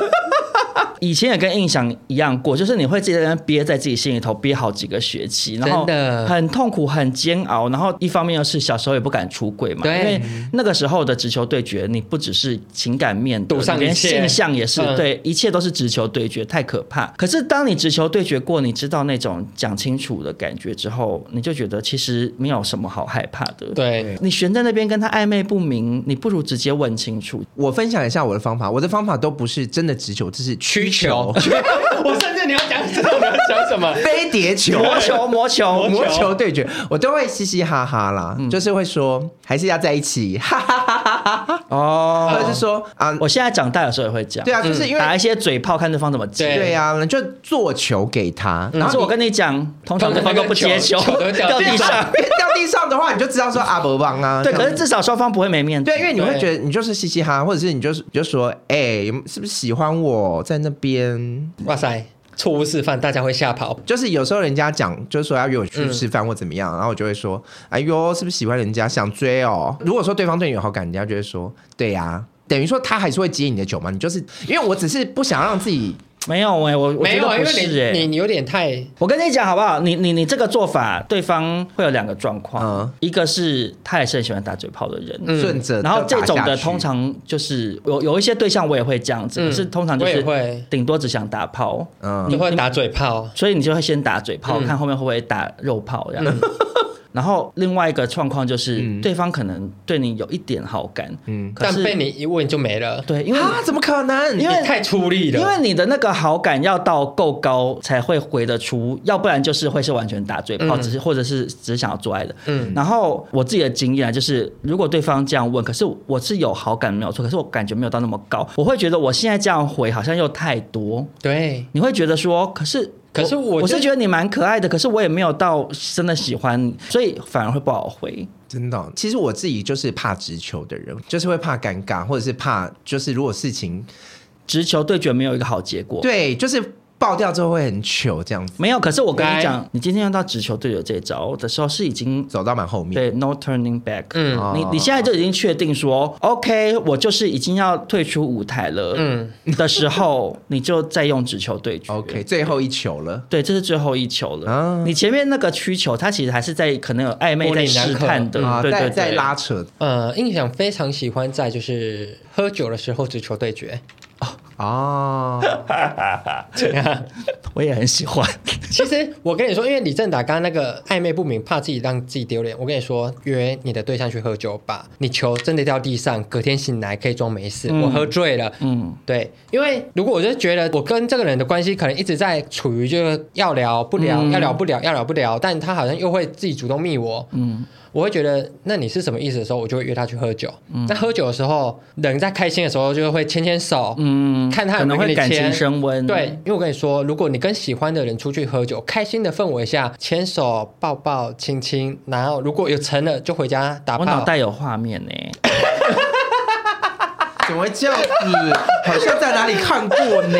Speaker 2: 以前也跟印象一样过，就是你会自己在那边憋在自己心里头憋好几个学期，然后
Speaker 3: 真的
Speaker 2: 很痛苦、很煎熬。然后一方面又是小时候也不敢出柜嘛，因
Speaker 3: 对
Speaker 2: 为那个时候的直球对决，你不只是情感面的，
Speaker 3: 赌上
Speaker 2: 你连
Speaker 3: 一切
Speaker 2: 性向也是、
Speaker 3: 嗯
Speaker 2: 对，一切都是直球对决，太可怕。可是当你直球对决过，你知道那种讲清楚的感觉之后，你就觉得其实没有什么好害怕的。，
Speaker 3: 对，
Speaker 2: 你悬在那边跟他暧昧不明，你不如直接问清楚。
Speaker 4: 我分享一下我的方法，我的方法都不是真的直球，这是曲
Speaker 3: 曲球
Speaker 4: 球、，
Speaker 3: 我甚至你要讲什么，你要讲什 么。
Speaker 4: 飞碟球、
Speaker 2: 魔球，魔球，嗯
Speaker 4: 魔球对决，我都会嘻嘻哈哈啦，就是会说还是要在一起，哈哈哈哈哈哈，
Speaker 2: 哦
Speaker 4: 或者是说啊，
Speaker 2: 我现在长大有时候也会这样，
Speaker 4: 对啊，就是因为
Speaker 2: 打一些嘴炮看对方怎么接。
Speaker 3: 对
Speaker 4: 对啊，就做球给他，然
Speaker 2: 可是
Speaker 4: 后
Speaker 2: 我
Speaker 4: 我
Speaker 2: 跟你讲，通常对方都不接球，
Speaker 3: 通常那个球球
Speaker 2: 掉
Speaker 3: 都
Speaker 2: 地
Speaker 3: 掉
Speaker 2: 上。
Speaker 4: 掉地上的话，你就知道说阿伯棒啊，
Speaker 2: 对，
Speaker 4: 这样
Speaker 2: 可是至少双方不会没面子。
Speaker 4: 对，因为你会觉得你就是嘻嘻哈，哈，或者是你就是你就说，哎、是不是喜欢我在那边？
Speaker 3: 哇塞，错误示范，大家会吓跑。
Speaker 4: 就是有时候人家讲，就是说要约我
Speaker 2: 嗯
Speaker 4: 去吃饭或怎么样，然后我就会说，哎呦，是不是喜欢人家想追哦？如果说对方对你有好感，人家就会说，对呀、等于说他还是会接你的酒嘛。你就是因为我只是不想让自己，
Speaker 2: 没有哎， 我我
Speaker 3: 没
Speaker 2: 觉
Speaker 3: 有啊，
Speaker 2: 得
Speaker 3: 因
Speaker 2: 不
Speaker 3: 为
Speaker 2: 是
Speaker 3: 你你
Speaker 2: 哎。
Speaker 3: 你有点太
Speaker 2: 我跟你讲好不好？你你你这个做法，对方会有两个状况
Speaker 4: 嗯，
Speaker 2: 一个是他也是很喜欢打嘴炮的人，
Speaker 4: 顺
Speaker 2: 嗯
Speaker 4: 着
Speaker 2: 然后
Speaker 4: 打
Speaker 2: 这种
Speaker 4: 下
Speaker 2: 的
Speaker 4: 去
Speaker 2: 通常就是有有一些对象我也会这样子，可是通常
Speaker 3: 嗯
Speaker 2: 就
Speaker 3: 我也
Speaker 2: 是
Speaker 3: 会
Speaker 2: 顶多只想打炮，
Speaker 4: 嗯
Speaker 3: 就会打嘴炮。
Speaker 2: 所以你就会先打嘴炮，
Speaker 3: 嗯
Speaker 2: 看后面会不会打肉炮这样。 然后另外一个状况就是，对方可能对你有一点好感，嗯，可
Speaker 3: 但
Speaker 2: 是
Speaker 3: 被你一问就没了，
Speaker 2: 对，因为
Speaker 4: 啊，怎么可能？
Speaker 2: 因为
Speaker 3: 你太出力了。
Speaker 2: 因为你的那个好感要到够高才会回得出，要不然就是会是完全打嘴炮，只是或者是只是想要做爱的。嗯，然后我自己的经验啊，就是如果对方这样问，可是我是有好感没有错，可是我感觉没有到那么高，我会觉得我现在这样回好像又太多，
Speaker 3: 对
Speaker 2: 你会觉得说，可是
Speaker 3: 可是
Speaker 2: 我
Speaker 3: 我
Speaker 2: 是觉
Speaker 3: 得
Speaker 2: 得你蛮可爱的，可是我也没有到真的喜欢你，所以反而会不好回。
Speaker 4: 真的哦、其实我自己就是怕直球的人，就是会怕尴尬，或者是怕就是如果事情
Speaker 2: 直球对决没有一个好结果。
Speaker 4: 对，就是爆掉之后会很糗这样子，
Speaker 2: 没有，可是我跟
Speaker 3: 该
Speaker 2: 你讲，你今天用到直球对决这一招的时候，是已经
Speaker 4: 走到蛮后面。
Speaker 2: 对 no turning back。
Speaker 3: 嗯
Speaker 4: 哦
Speaker 2: 你你现在就已经确定说，OK，我就是已经要退出舞台了，嗯
Speaker 3: 嗯
Speaker 2: 的时候，你就再用直球对决。
Speaker 4: OK，最后一球了。
Speaker 2: 对，这是最后一球了。
Speaker 4: 啊
Speaker 2: 你前面那个曲球，它其实还是在可能有暧昧
Speaker 3: 模
Speaker 2: 在
Speaker 3: 棱两
Speaker 2: 试
Speaker 3: 可
Speaker 2: 探的，
Speaker 4: 啊，
Speaker 2: 对
Speaker 4: 在
Speaker 2: 对
Speaker 4: 在
Speaker 2: 对。
Speaker 4: 拉扯
Speaker 3: 呃，印象非常喜欢在就是喝酒的时候直球对决，
Speaker 4: 哦，
Speaker 2: 我也很喜欢，
Speaker 3: 其实我跟你说，因为李正达刚刚那个暧昧不明，怕自己让自己丢脸。我跟你说，约你的对象去喝酒吧，你球真的掉地上，隔天醒来可以装没事。我喝醉了，
Speaker 2: 嗯，
Speaker 3: 对，因为如果我就觉得我跟这个人的关系可能一直在处于就是要聊不
Speaker 2: 嗯
Speaker 3: 聊，要聊不聊，要聊不聊，但他好像又会自己主动密我，嗯，我会觉得那你是什么意思的时候，我就会约他去喝酒。
Speaker 2: 嗯
Speaker 3: 那喝酒的时候，人在开心的时候就会牵牵手，
Speaker 2: 嗯，
Speaker 3: 看他
Speaker 2: 可
Speaker 3: 有没
Speaker 2: 能
Speaker 3: 有跟
Speaker 2: 会
Speaker 3: 你
Speaker 2: 感情
Speaker 3: 牵。
Speaker 2: 升温，
Speaker 3: 对，，因为我跟你说，如果你跟喜欢的人出去喝酒，开心的氛围下，牵手、抱抱、亲亲，然后如果有成了，就回家打
Speaker 2: 我脑
Speaker 3: 炮。
Speaker 2: 袋有画面呢、
Speaker 4: 怎么会这样子？好像在哪里看过呢？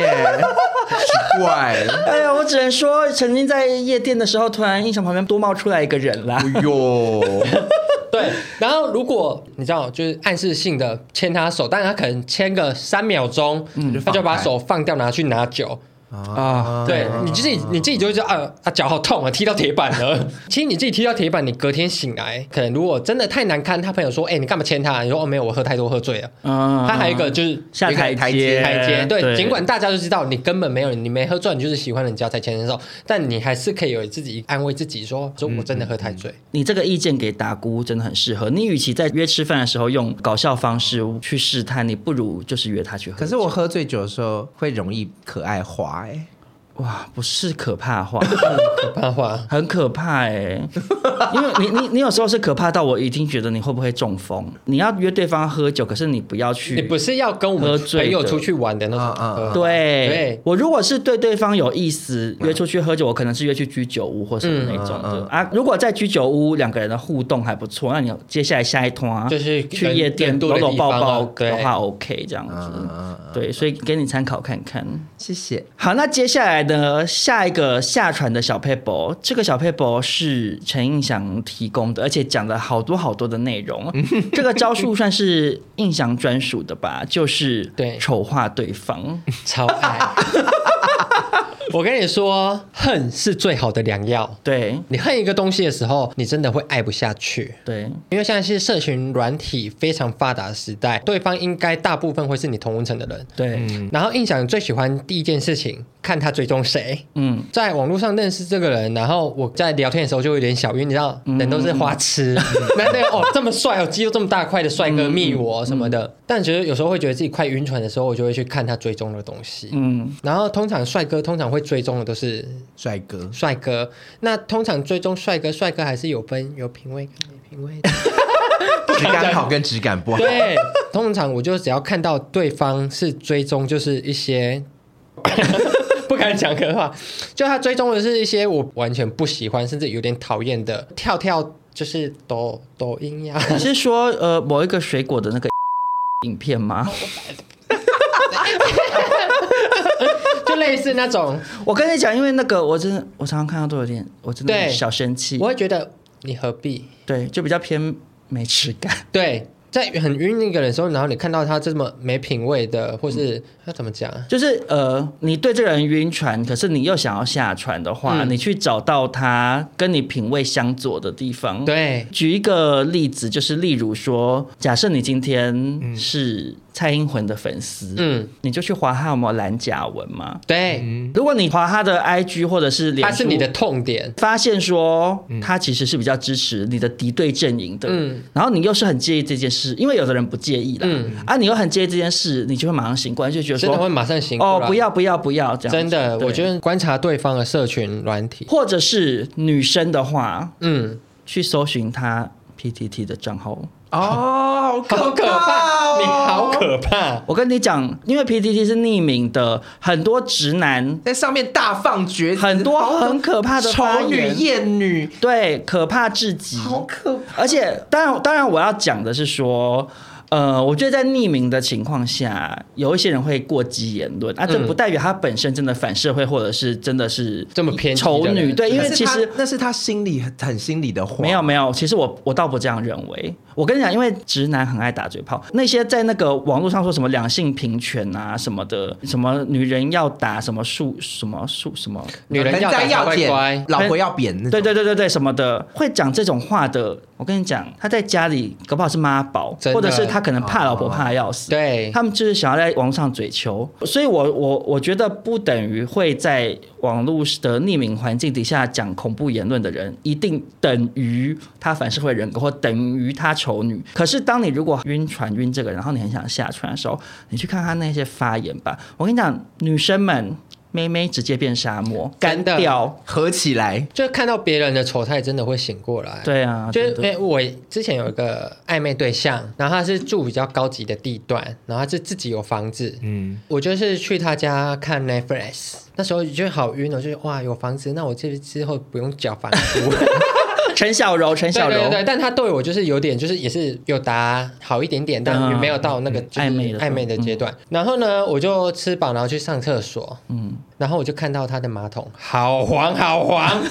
Speaker 4: 奇怪，
Speaker 2: 哎呀，我只能说，曾经在夜店的时候，突然印象旁边多冒出来一个人啦。
Speaker 4: 哎呦，
Speaker 3: 对，然后如果你知道，就是暗示性的牵他手，但他可能牵个三秒钟，
Speaker 2: 嗯
Speaker 3: 他就把手放掉，拿去拿酒。
Speaker 2: 啊，
Speaker 3: 对，你自己你自己就会知道，啊啊，脚好痛啊，踢到铁板了。 其实你自己踢到铁板，你隔天醒来，可能如果真的太难堪，他朋友说，哎、你干嘛牵他？你说哦，没有，我喝太多，喝醉了。
Speaker 2: 嗯
Speaker 3: 他还有一个就是
Speaker 2: 下台
Speaker 4: 有一
Speaker 2: 阶，
Speaker 4: 个
Speaker 3: 台阶。哎对，尽管大家都知道你根本没有，你没喝醉，你就是喜欢人家才牵牵手，但你还是可以有自己安慰自己说，说我真的喝太醉。
Speaker 2: 你这个意见给达姑真的很适合。你与其在约吃饭的时候用搞笑方式去试探，你不如就是约他去喝酒。
Speaker 4: 可是我喝醉酒的时候会容易可爱化哎、
Speaker 2: 哇，不是可怕话，
Speaker 3: 可怕话，
Speaker 2: 很可怕哎、因为你你你有时候是可怕到我已经觉得你会不会中风。你要约对方喝酒，可是你不要去，
Speaker 3: 你不是要跟我
Speaker 2: 喝
Speaker 3: 们
Speaker 2: 醉的
Speaker 3: 朋友出去玩的那种
Speaker 4: 啊啊啊
Speaker 3: 嗯喝。
Speaker 2: 对，
Speaker 3: 对
Speaker 2: 我如果是对对方有意思，约出去喝酒，我可能是约去居酒屋或什么那种的、
Speaker 4: 嗯
Speaker 2: 啊。如果在居酒屋两个人的互动还不错，那你接下来下一通啊，
Speaker 3: 就是
Speaker 2: 去
Speaker 3: 人
Speaker 2: 夜店
Speaker 3: 人多
Speaker 2: 搂
Speaker 3: 的
Speaker 2: 搂
Speaker 3: 地
Speaker 2: 抱
Speaker 3: 方
Speaker 2: 抱
Speaker 3: 啊
Speaker 2: 的
Speaker 3: 对
Speaker 2: 话 OK 这样子。
Speaker 4: 嗯嗯嗯
Speaker 2: 对，所以给你参考看看。
Speaker 4: 谢谢。
Speaker 2: 好，那接下来呢，下一个下船的小 paper，这个小 paper 是陈印祥提供的，而且讲了好多好多的内容。这个招数算是印祥专属的吧，就是
Speaker 3: 对
Speaker 2: 丑化对方。
Speaker 3: 超爱。 我跟你说，恨是最好的良药。
Speaker 2: 对
Speaker 3: 你恨一个东西的时候，你真的会爱不下去。
Speaker 2: 对，
Speaker 3: 因为现在是社群软体非常发达的时代，对方应该大部分会是你同温层的人。
Speaker 2: 对，
Speaker 3: 然后印象最喜欢第一件事情，看他追踪谁。
Speaker 2: 嗯，
Speaker 3: 在网络上认识这个人，然后我在聊天的时候就有点小晕，你知道，人都是花痴，那那个哦这么帅哦，肌肉这么大块的帅哥密我什么的，但觉得有时候会觉得自己快晕船的时候，我就会去看他追踪的东西。
Speaker 2: 嗯，
Speaker 3: 然后通常帅哥通常会追踪的都是
Speaker 4: 帅哥，
Speaker 3: 帅哥，那通常追踪帅哥，帅哥还是有分有品味跟没品味的。
Speaker 4: 质感好跟质感不好，
Speaker 3: 对，通常我就只要看到对方是追踪，就是一些 不敢讲的话，就他追踪的是一些我完全不喜欢，甚至有点讨厌的跳跳，就是抖抖音呀、
Speaker 2: 你是说呃某一个水果的那个 影片吗？
Speaker 3: 哦就类似那种，
Speaker 2: 我跟你讲，因为那个我真的我常常看到都有点，我真的
Speaker 3: 对
Speaker 2: 小生气
Speaker 3: 我，会觉得你何必？
Speaker 2: 对，就比较偏没质感。
Speaker 3: 对，在很晕那个人的时候，然后你看到他这么没品味的，或是他怎么讲啊？
Speaker 2: 就是呃，你对这个人晕船，可是你又想要下船的话，
Speaker 3: 嗯
Speaker 2: 你去找到他跟你品味相左的地方。，
Speaker 3: 对，
Speaker 2: 举一个例子，就是例如说，假设你今天是蔡英文的粉丝，
Speaker 3: 嗯，
Speaker 2: 你就去划他有没有蓝甲文嘛？
Speaker 3: 对，
Speaker 2: 如果你划他的 IG 或者是脸
Speaker 3: 他
Speaker 2: 书，
Speaker 3: 是你的痛点，
Speaker 2: 发现说他其实是比较支持你的敌对阵营的，
Speaker 3: 嗯
Speaker 2: 然后你又是很介意这件事，因为有的人不介意啦，
Speaker 3: 嗯
Speaker 2: 啊，你又很介意这件事，你就会马上醒过来，就觉得
Speaker 3: 真的会
Speaker 2: 说，
Speaker 3: 马上醒过
Speaker 2: 哦
Speaker 3: 来。，
Speaker 2: 不要不要不要这样子，
Speaker 3: 真的，
Speaker 2: 对
Speaker 3: 我觉，得观察对方的社群软体，
Speaker 2: 或者是女生的话，
Speaker 3: 嗯，
Speaker 2: 去搜寻她。 PTT 的账号。
Speaker 4: 哦，好
Speaker 3: 好可怕，你好可怕！
Speaker 2: 我跟你讲，因为 PTT 是匿名的，很多直男
Speaker 4: 在上面大放厥词，
Speaker 2: 很多很可怕的发
Speaker 4: 丑女、
Speaker 2: 言
Speaker 4: 艳女，
Speaker 2: 对可怕至极，
Speaker 4: 好可 怕。
Speaker 2: 而且，当然，当然，我要讲的是说，呃，我觉得在匿名的情况下，有一些人会过激言论啊，这不代表他本身真的反社会，或者是真的是
Speaker 3: 嗯这么偏激的
Speaker 2: 丑女，
Speaker 3: 人
Speaker 2: 对，因为
Speaker 4: 那是
Speaker 2: 其
Speaker 4: 他
Speaker 2: 实。
Speaker 4: 那是他心里很很心里的话，
Speaker 2: 没有没有，其实我我倒不这样认为。我跟你讲，因为直男很爱打嘴炮，那些在那个网络上说什么两性平权啊什么的，什么女人要打什么树什么树什么
Speaker 3: 女人要
Speaker 4: 栽
Speaker 3: 打才
Speaker 4: 要
Speaker 3: 会乖
Speaker 4: 捡，，老婆要扁那种，
Speaker 2: 对对对对对，什么的，会讲这种话的，我跟你讲，他在家里搞不好是妈宝，
Speaker 3: 真的
Speaker 2: 或者是他可能怕老婆怕的要死，
Speaker 3: 对
Speaker 2: 他们就是想要在网络上嘴求，所以我我我觉得不等于会在网络的匿名环境底下讲恐怖言论的人，一定等于他反社会人格或等于他丑女。可是当你如果晕船晕这个，然后你很想下船的时候，你去看他那些发言吧，我跟你讲，女生们。妹妹直接变沙漠，干
Speaker 3: 真的
Speaker 2: 掉。
Speaker 4: 合起来
Speaker 3: 就是看到别人的丑态，真的会醒过来。
Speaker 2: 对啊，
Speaker 3: 就是
Speaker 2: 真的
Speaker 3: 哎、我之前有一个暧昧对象，然后他是住比较高级的地段，然后他是自己有房子，嗯，我就是去他家看 Netflix，那时候就好晕哦，就是哇有房子，那我这之后不用缴房租。
Speaker 2: 陈小柔，陈小
Speaker 3: 对
Speaker 2: 柔，
Speaker 3: 对对，但他对我就是有点，就是也是有答好一点点，但也没有到那个就是
Speaker 2: 嗯暧昧的嗯
Speaker 3: 暧昧的阶段。然后呢，我就吃饱，然后去上厕所，嗯，然后我就看到他的马桶好黄好黄。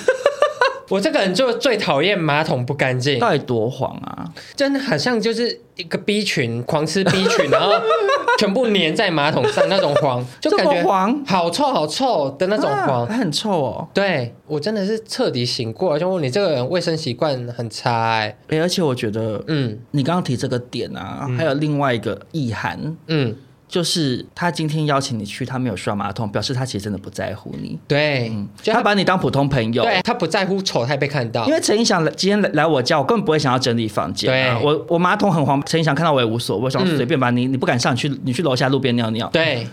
Speaker 3: 我这个人就最讨厌马桶不干净，
Speaker 2: 到底多黄啊？
Speaker 3: 真的好像就是一个 B 群，狂吃 B 群，然后全部粘在马桶上那种黄，就感
Speaker 2: 这
Speaker 3: 觉
Speaker 2: 么黄
Speaker 3: 好臭好臭的那种黄。
Speaker 2: 啊还很臭哦。
Speaker 3: 对我真的是彻底醒过来，就问你这个人卫生习惯很差、欸，
Speaker 2: 哎、而且我觉得，
Speaker 3: 嗯
Speaker 2: 你刚刚提这个点啊，还有另外一个意涵，
Speaker 3: 嗯，
Speaker 2: 就是他今天邀请你去，他没有刷马桶，表示他其实真的不在乎你，嗯
Speaker 3: 对，就
Speaker 2: 他
Speaker 3: 他
Speaker 2: 把你当普通朋友。
Speaker 3: 对他不在乎丑态被看到，
Speaker 2: 因为陈映翔来今天来来我家，我根本不会想要整理房间、啊。
Speaker 3: 对
Speaker 2: 我我马桶很黄，陈映翔看到我也无所谓，我想说
Speaker 3: 嗯
Speaker 2: 随便吧。你你不敢上，你去你去楼下路边尿尿。
Speaker 3: 对，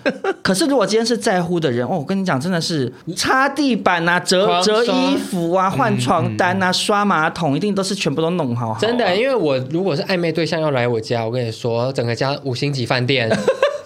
Speaker 2: 可是如果今天是在乎的人，哦，我跟你讲，真的是擦地板啊、折
Speaker 3: 狂
Speaker 2: 折
Speaker 3: 刷嗯
Speaker 2: 衣服啊、换床单啊、刷马桶，一定都是全部都弄好好啊
Speaker 3: 真的，因为我如果是暧昧对象要来我家，我跟你说，整个家五星级饭 店，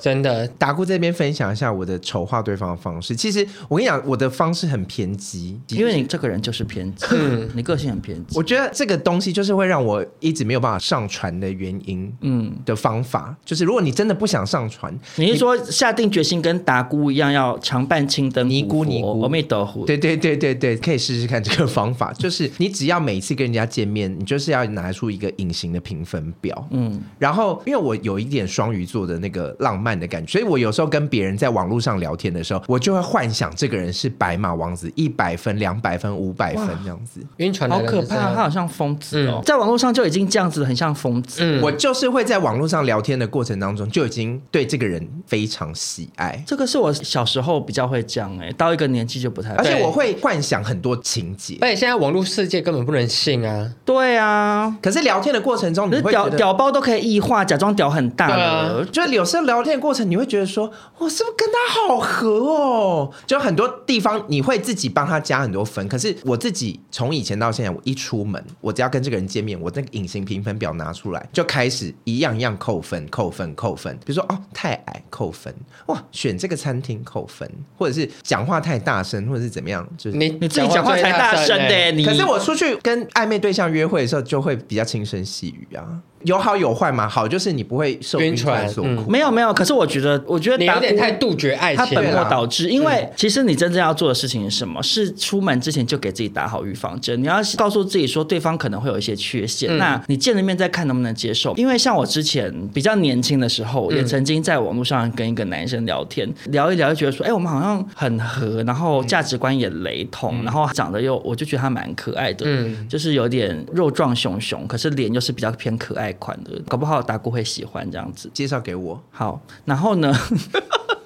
Speaker 3: 真的，
Speaker 4: 达姑这边分享一下我的丑化对方的方式。其实我跟你讲，我的方式很偏激，
Speaker 2: 因为你这个人就是偏激，
Speaker 3: 嗯
Speaker 2: 你个性很偏激
Speaker 4: 我。觉得这个东西就是会让我一直没有办法上传的原因。
Speaker 2: 嗯，
Speaker 4: 的方法就是，如果你真的不想上传，
Speaker 2: 你是说下定决心跟达姑一样要常伴青灯
Speaker 4: 尼姑
Speaker 2: 古佛
Speaker 4: 尼姑
Speaker 2: 阿弥陀佛。
Speaker 4: 对对对对对，可以试试看这个方 法。就是你只要每次跟人家见面，你就是要拿出一个隐形的评分表。嗯，然后因为我有一点双鱼座的那个浪漫的感觉，所以我有时候跟别人在网络上聊天的时候，我就会幻想这个人是白马王子，一百分、两百分、五百分这样子。
Speaker 3: 晕船的
Speaker 2: 好
Speaker 3: 人
Speaker 2: 可
Speaker 3: 是这
Speaker 2: 怕，
Speaker 3: 样
Speaker 2: 他好像疯子哦，在网络上就已经这样子，很像疯子。
Speaker 3: 嗯
Speaker 4: 我就是会在网络上聊天的过程当中，就已经对这个人非常喜爱。
Speaker 2: 这个是我小时候比较会这样哎、到一个年纪就不太
Speaker 3: 啊
Speaker 4: 而
Speaker 2: 会。
Speaker 4: 且我会幻想很多情节，
Speaker 3: 而且现在网络世界根本不能信啊！
Speaker 2: 对啊，
Speaker 4: 可是聊天的过程中，你
Speaker 2: 可是
Speaker 4: 会
Speaker 2: 屌
Speaker 4: 觉得
Speaker 2: 屌包都可以异化，假装屌很大
Speaker 3: 对
Speaker 2: 了
Speaker 3: 啊，
Speaker 4: 哦就有时候聊天的过程，你会觉得说，我是不是跟他好合哦？就很多地方你会自己帮他加很多分，可是我自己从以前到现在，我一出门，我只要跟这个人见面，我那个隐形评分表拿出来，就开始一样一样扣分，扣分，扣分。比如说哦，太矮扣分，哇，选这个餐厅扣分，或者是讲话太大声，或者是怎么样，就是
Speaker 3: 你
Speaker 2: 你自己讲话才大声的、
Speaker 3: 欸
Speaker 2: 你
Speaker 4: 可是我出去跟暧昧对象约会的时候，就会比较轻声细语啊，有好有坏嘛。好就是你不会受
Speaker 3: 晕
Speaker 4: 晕船
Speaker 3: 船
Speaker 4: 所
Speaker 3: 嗯
Speaker 4: 苦，
Speaker 2: 没有没有，可是我觉得，我觉得
Speaker 3: 你有点
Speaker 2: 达
Speaker 3: 太
Speaker 2: 姑
Speaker 3: 杜绝爱
Speaker 2: 他
Speaker 3: 情啊
Speaker 2: 本
Speaker 4: 对
Speaker 2: 末
Speaker 4: 啦
Speaker 3: 了。
Speaker 2: 倒置，因为其实你真正要做的事情是什么？是出门之前就给自己打好预防针，你要告诉自己说对方可能会有一些缺陷，
Speaker 3: 嗯
Speaker 2: 那你见了面再看能不能接受。因为像我之前比较年轻的时
Speaker 3: 嗯
Speaker 2: 候，也曾经在网络上跟一个男生聊天，聊一聊就觉得说，哎、我们好像很合，然后价值观也雷同，然后长得又，我就觉得他蛮可爱的，
Speaker 3: 嗯
Speaker 2: 就是有点肉壮熊熊，可是脸又是比较偏可爱款的，搞不好达姑会喜欢这样子。
Speaker 4: 介绍给我。
Speaker 2: 好，然后呢？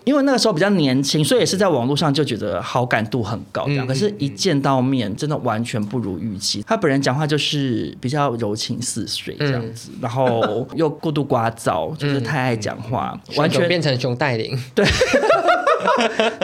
Speaker 2: 因为那个时候比较年轻，所以也是在网络上就觉得好感度很高这样。可是，一见到面，真的完全不如预期。他本人讲话就是比较柔情似水这样子，然后
Speaker 3: 嗯
Speaker 2: 又过度聒噪，就是太爱讲话，完
Speaker 3: 完全
Speaker 2: 全
Speaker 3: 变成熊黛林，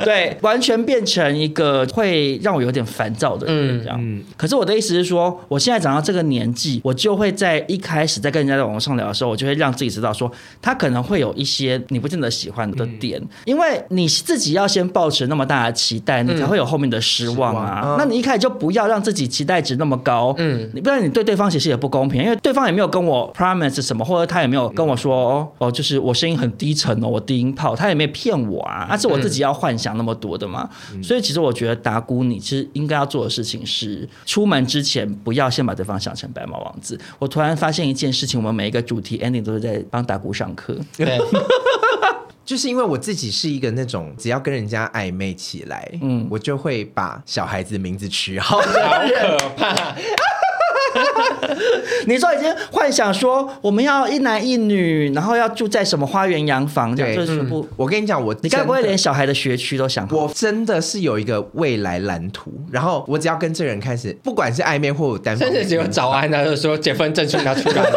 Speaker 2: 对，完全变成一个会让我有点烦躁的人，这样。可是我的意思是说，我现在长到这个年纪，我就会在一开始在跟人家在网络上聊的时候，我就会让自己知道说，他可能会有一些你不见得喜欢的点，因为你自己要先抱持那么大的期待，你才会有后面的失望啊。
Speaker 4: 望嗯
Speaker 2: 那你一开始就不要让自己期待值那么高，嗯，你不然你对对方其实也不公平，因为对方也没有跟我 promise 什么，或者他也没有跟我说
Speaker 4: 嗯
Speaker 2: 哦哦，就是我声音很低沉哦，我低音炮，他也没有骗我
Speaker 4: 嗯
Speaker 2: 啊，那、是我自己要幻想那么多的嘛。所以其实我觉得打鼓你其实应该要做的事情是，出门之前不要先把对方想成白马王子。我突然发现一件事情，我们每一个主题 ending 都是在帮打鼓上课，
Speaker 3: 对，
Speaker 4: 就是因为我自己是一个那种只要跟人家暧昧起来，嗯，我就会把小孩子名字取好。
Speaker 3: 好可怕。
Speaker 2: 你说已经幻想说我们要一男一女，然后要住在什么花园洋房，这样就
Speaker 4: 对
Speaker 2: 是全部。
Speaker 4: 我跟你讲，我
Speaker 2: 你该不会
Speaker 4: 真的
Speaker 2: 连小孩的学区都想好？
Speaker 4: 我真的是有一个未来蓝图，然后我只要跟这个人开始，不管是暧昧或有单方
Speaker 3: 甚至只有
Speaker 4: 面，
Speaker 3: 早安啊，就说结婚证书拿出来，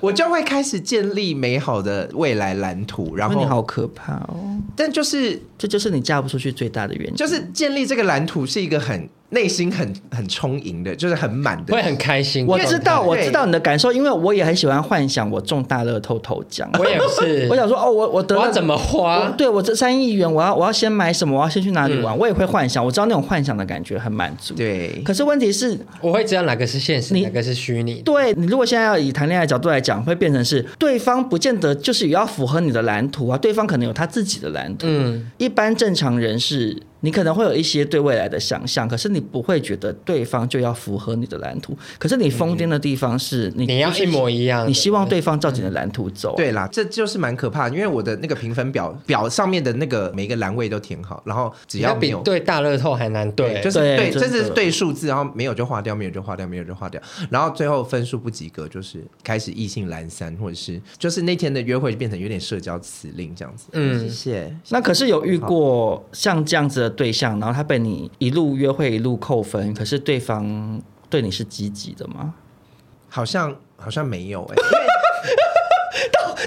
Speaker 4: 我就会开始建立美好的未来蓝图。然
Speaker 2: 那你
Speaker 4: 后，
Speaker 2: 好可怕哦！
Speaker 4: 但就是
Speaker 2: 这就是你嫁不出去最大的原因。
Speaker 4: 就是建立这个蓝图是一个很内心很很充盈的，就是很满的，
Speaker 3: 会很开心。
Speaker 2: 我
Speaker 3: 这种
Speaker 2: 知道，
Speaker 4: 对
Speaker 2: 我知道你的感受，因为我也很喜欢幻想我中大乐透头奖。
Speaker 3: 我也是，
Speaker 2: 我想说，哦，我我得
Speaker 3: 我
Speaker 2: 了
Speaker 3: 要怎么
Speaker 2: 我
Speaker 3: 花？嗯
Speaker 2: 对我这三亿元，我要我要先买什么？我要先去哪里玩？我也会幻想，我知道那种幻想的感觉很满足。。
Speaker 4: 对。
Speaker 2: 可是问题是，
Speaker 3: 我会知道哪个是现实，
Speaker 2: 你
Speaker 3: 哪个是虚拟的。
Speaker 2: 对你如果现在要以谈恋爱的角度来讲，会变成是对方不见得就是也要符合你的蓝图啊，对方可能有他自己的蓝图。
Speaker 3: 嗯，
Speaker 2: 一般正常人是，你可能会有一些对未来的想象，可是你不会觉得对方就要符合你的蓝图。可是你疯癫的地方是你
Speaker 3: 你要
Speaker 2: 就是
Speaker 3: 一模一样的，
Speaker 2: 你希望对方照着你的蓝图走。
Speaker 4: 对啦，这就是蛮可怕的，因为我的那个评分表表上面的那个每一个栏位都填好，然后只
Speaker 3: 你
Speaker 4: 要
Speaker 3: 要
Speaker 4: 没
Speaker 3: 比
Speaker 4: 有
Speaker 3: 对大乐透还难对，
Speaker 4: 就是
Speaker 2: 对
Speaker 4: 对，
Speaker 2: 真
Speaker 4: 这
Speaker 2: 的
Speaker 4: 是对数字，然后没有就划掉，没有就划掉，没有就划掉，然后最后分数不及格，就是开始意兴阑珊，或者是就是那天的约会就变成有点社交辞令这样子。
Speaker 3: 嗯
Speaker 4: 谢谢。
Speaker 2: 那可是有遇过像这样子的对象，然后他被你一路约会一路扣分，可是对方对你是积极的吗？
Speaker 4: 好像好像没有哎、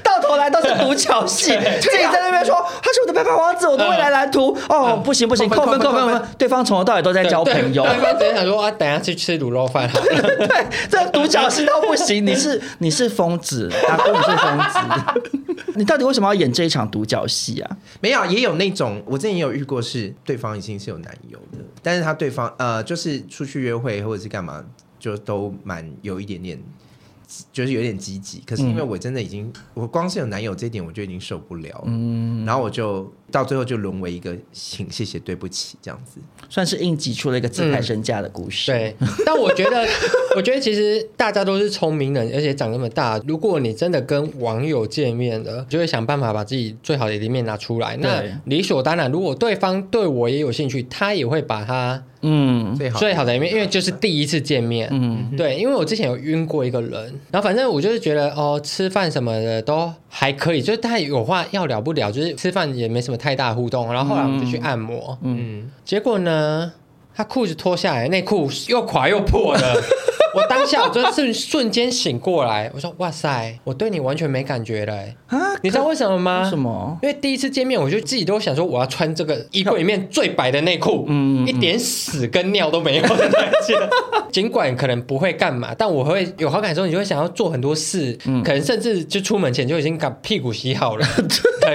Speaker 2: 到头来都是独角 戏，自己在那边说他是我的白马王子，我的未来蓝图。哦，不行不行，
Speaker 4: 扣
Speaker 2: 扣
Speaker 4: 分
Speaker 2: 分
Speaker 4: 扣
Speaker 2: 扣分
Speaker 4: 分
Speaker 2: 扣分！对方从头到尾都在
Speaker 3: 对
Speaker 2: 交朋友
Speaker 3: 对，对方只是想说啊，等一下去吃卤肉饭 好了。
Speaker 2: 对，这独角戏都不行。你是你是疯子，打工你是疯 子，你到底为什么要演这一场独角戏啊？
Speaker 4: 没有，也有那种我之前也有遇过是，对方已经是有男友的，但是他对方呃，就是出去约会或者是干嘛，就都蛮有一点点，就是有点积极。可是因为我真的已经，我光是有男友这一点，我就已经受不了了。嗯，然后我就到最后就沦为一个请谢谢对不起这样子。
Speaker 2: 算是应急出了一个自拍身价的故事。
Speaker 3: 对，但我觉得， 我觉得其实大家都是聪明人，而且长那么大，如果你真的跟网友见面了，就会想办法把自己最好的一面拿出来。那
Speaker 2: 对
Speaker 3: 理所当然，如果对方对我也有兴趣，他也会把他
Speaker 2: 嗯，
Speaker 4: 最好
Speaker 3: 最好的一面，因为就是第一次见面，嗯，对，因为我之前有晕过一个人，然后反正我就是觉得哦，吃饭什么的都还可以，就是他有话要聊不聊，就是吃饭也没什么太大互动，然后后来我们就去按摩，嗯，结果呢，他裤子脱下来，内裤又垮又破的。我当下我就是瞬 间醒过来，我说哇塞，我对你完全没感觉了、欸
Speaker 2: 啊
Speaker 3: 你知道为什么吗？
Speaker 2: 为什么？
Speaker 3: 因为第一次见面，我就自己都想说，我要穿这个衣柜里面最白的内裤，
Speaker 2: 嗯嗯
Speaker 3: 一点屎跟尿都没有的那一件 尽管可能不会干嘛，但我会有好感的时候，你就会想要做很多事，
Speaker 2: 嗯
Speaker 3: 可能甚至就出门前就已经把屁股洗好了， 可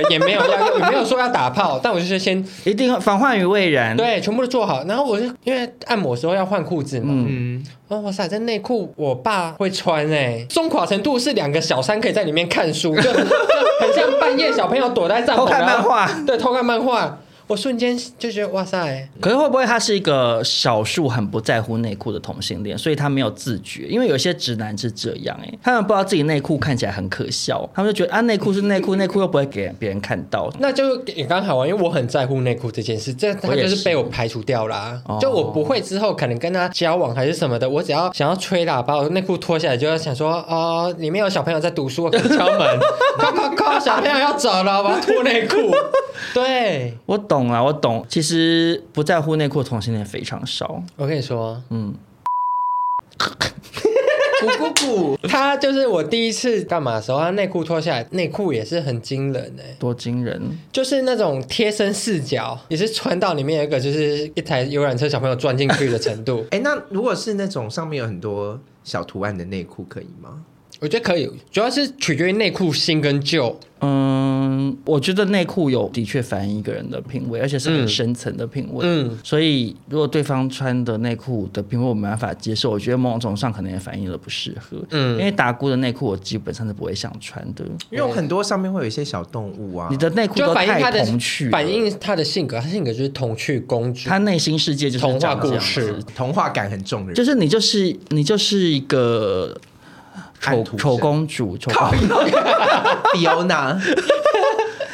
Speaker 3: 能也没有要，也没有说要打炮，但我就是先
Speaker 2: 一定要防患于未然。，
Speaker 3: 对全部都做好，然后我就因为按摩的时候要换裤子嘛，
Speaker 4: 嗯，
Speaker 3: 哦，哇塞，这内裤我爸会穿哎、松垮程度是两个小三可以在里面看书，就 就很像半夜小朋友躲在帐篷
Speaker 2: 偷看
Speaker 3: 然后
Speaker 2: 漫画
Speaker 3: 对，偷看漫画。我瞬间就觉得哇塞，
Speaker 2: 可是会不会他是一个少数很不在乎内裤的同性恋，所以他没有自觉？因为有些直男是这样、欸，他们不知道自己内裤看起来很可笑，他们就觉得啊，内裤是内裤，内裤又不会给别人看到。
Speaker 3: 那就也刚好啊，因为我很在乎内裤这件事，这他
Speaker 2: 我也
Speaker 3: 就是是被我排除掉啦
Speaker 2: 哦。
Speaker 3: 就我不会之后可能跟他交往还是什么的，我只要想要吹喇叭，我内裤脱下来就要想说，哦，里面有小朋友在读书，我可能敲 门，快快快，小朋友要走了，我要脱内裤。对，
Speaker 2: 我懂啊，我懂。其实不在乎内裤的同性恋非常少。
Speaker 3: 我跟你说，
Speaker 2: 嗯
Speaker 3: 嗯，
Speaker 4: 咕咕咕，，
Speaker 3: 他就是我第一次干嘛的时候，他内裤脱下来，内裤也是很惊人哎、
Speaker 2: 多惊人！
Speaker 3: 就是那种贴身视角，也是穿到里面有一个就是一台游览车小朋友钻进去的程度
Speaker 4: 哎、那如果是那种上面有很多小图案的内裤，可以吗？
Speaker 3: 我觉得可以，主要是取决于内裤新跟旧。
Speaker 2: 嗯，我觉得内裤有的确反映一个人的品味，而且是很
Speaker 3: 嗯
Speaker 2: 深层的品味。
Speaker 3: 嗯，
Speaker 2: 所以，如果对方穿的内裤的品味我没办法接受，我觉得某种程度上可能也反映了不适合。嗯，
Speaker 3: 嗯
Speaker 2: 因为打鼓的内裤我基本上是不会想穿的。
Speaker 4: 因为有很多上面会有一些小动物啊
Speaker 2: 你。的内裤
Speaker 3: 就
Speaker 2: 都
Speaker 3: 反映他
Speaker 2: 太
Speaker 3: 的
Speaker 2: 童趣了，
Speaker 3: 反映他的性格，他性格就是童趣公主。
Speaker 2: 他内心世界就是
Speaker 3: 童话
Speaker 2: 长这
Speaker 3: 故
Speaker 2: 样
Speaker 3: 事
Speaker 2: 子，啊
Speaker 4: 童话感很重的人，
Speaker 2: 就是你就是你就是一个丑
Speaker 4: 叛徒
Speaker 2: 丑
Speaker 4: 是
Speaker 2: 公主，丑公主。
Speaker 4: 比欧娜，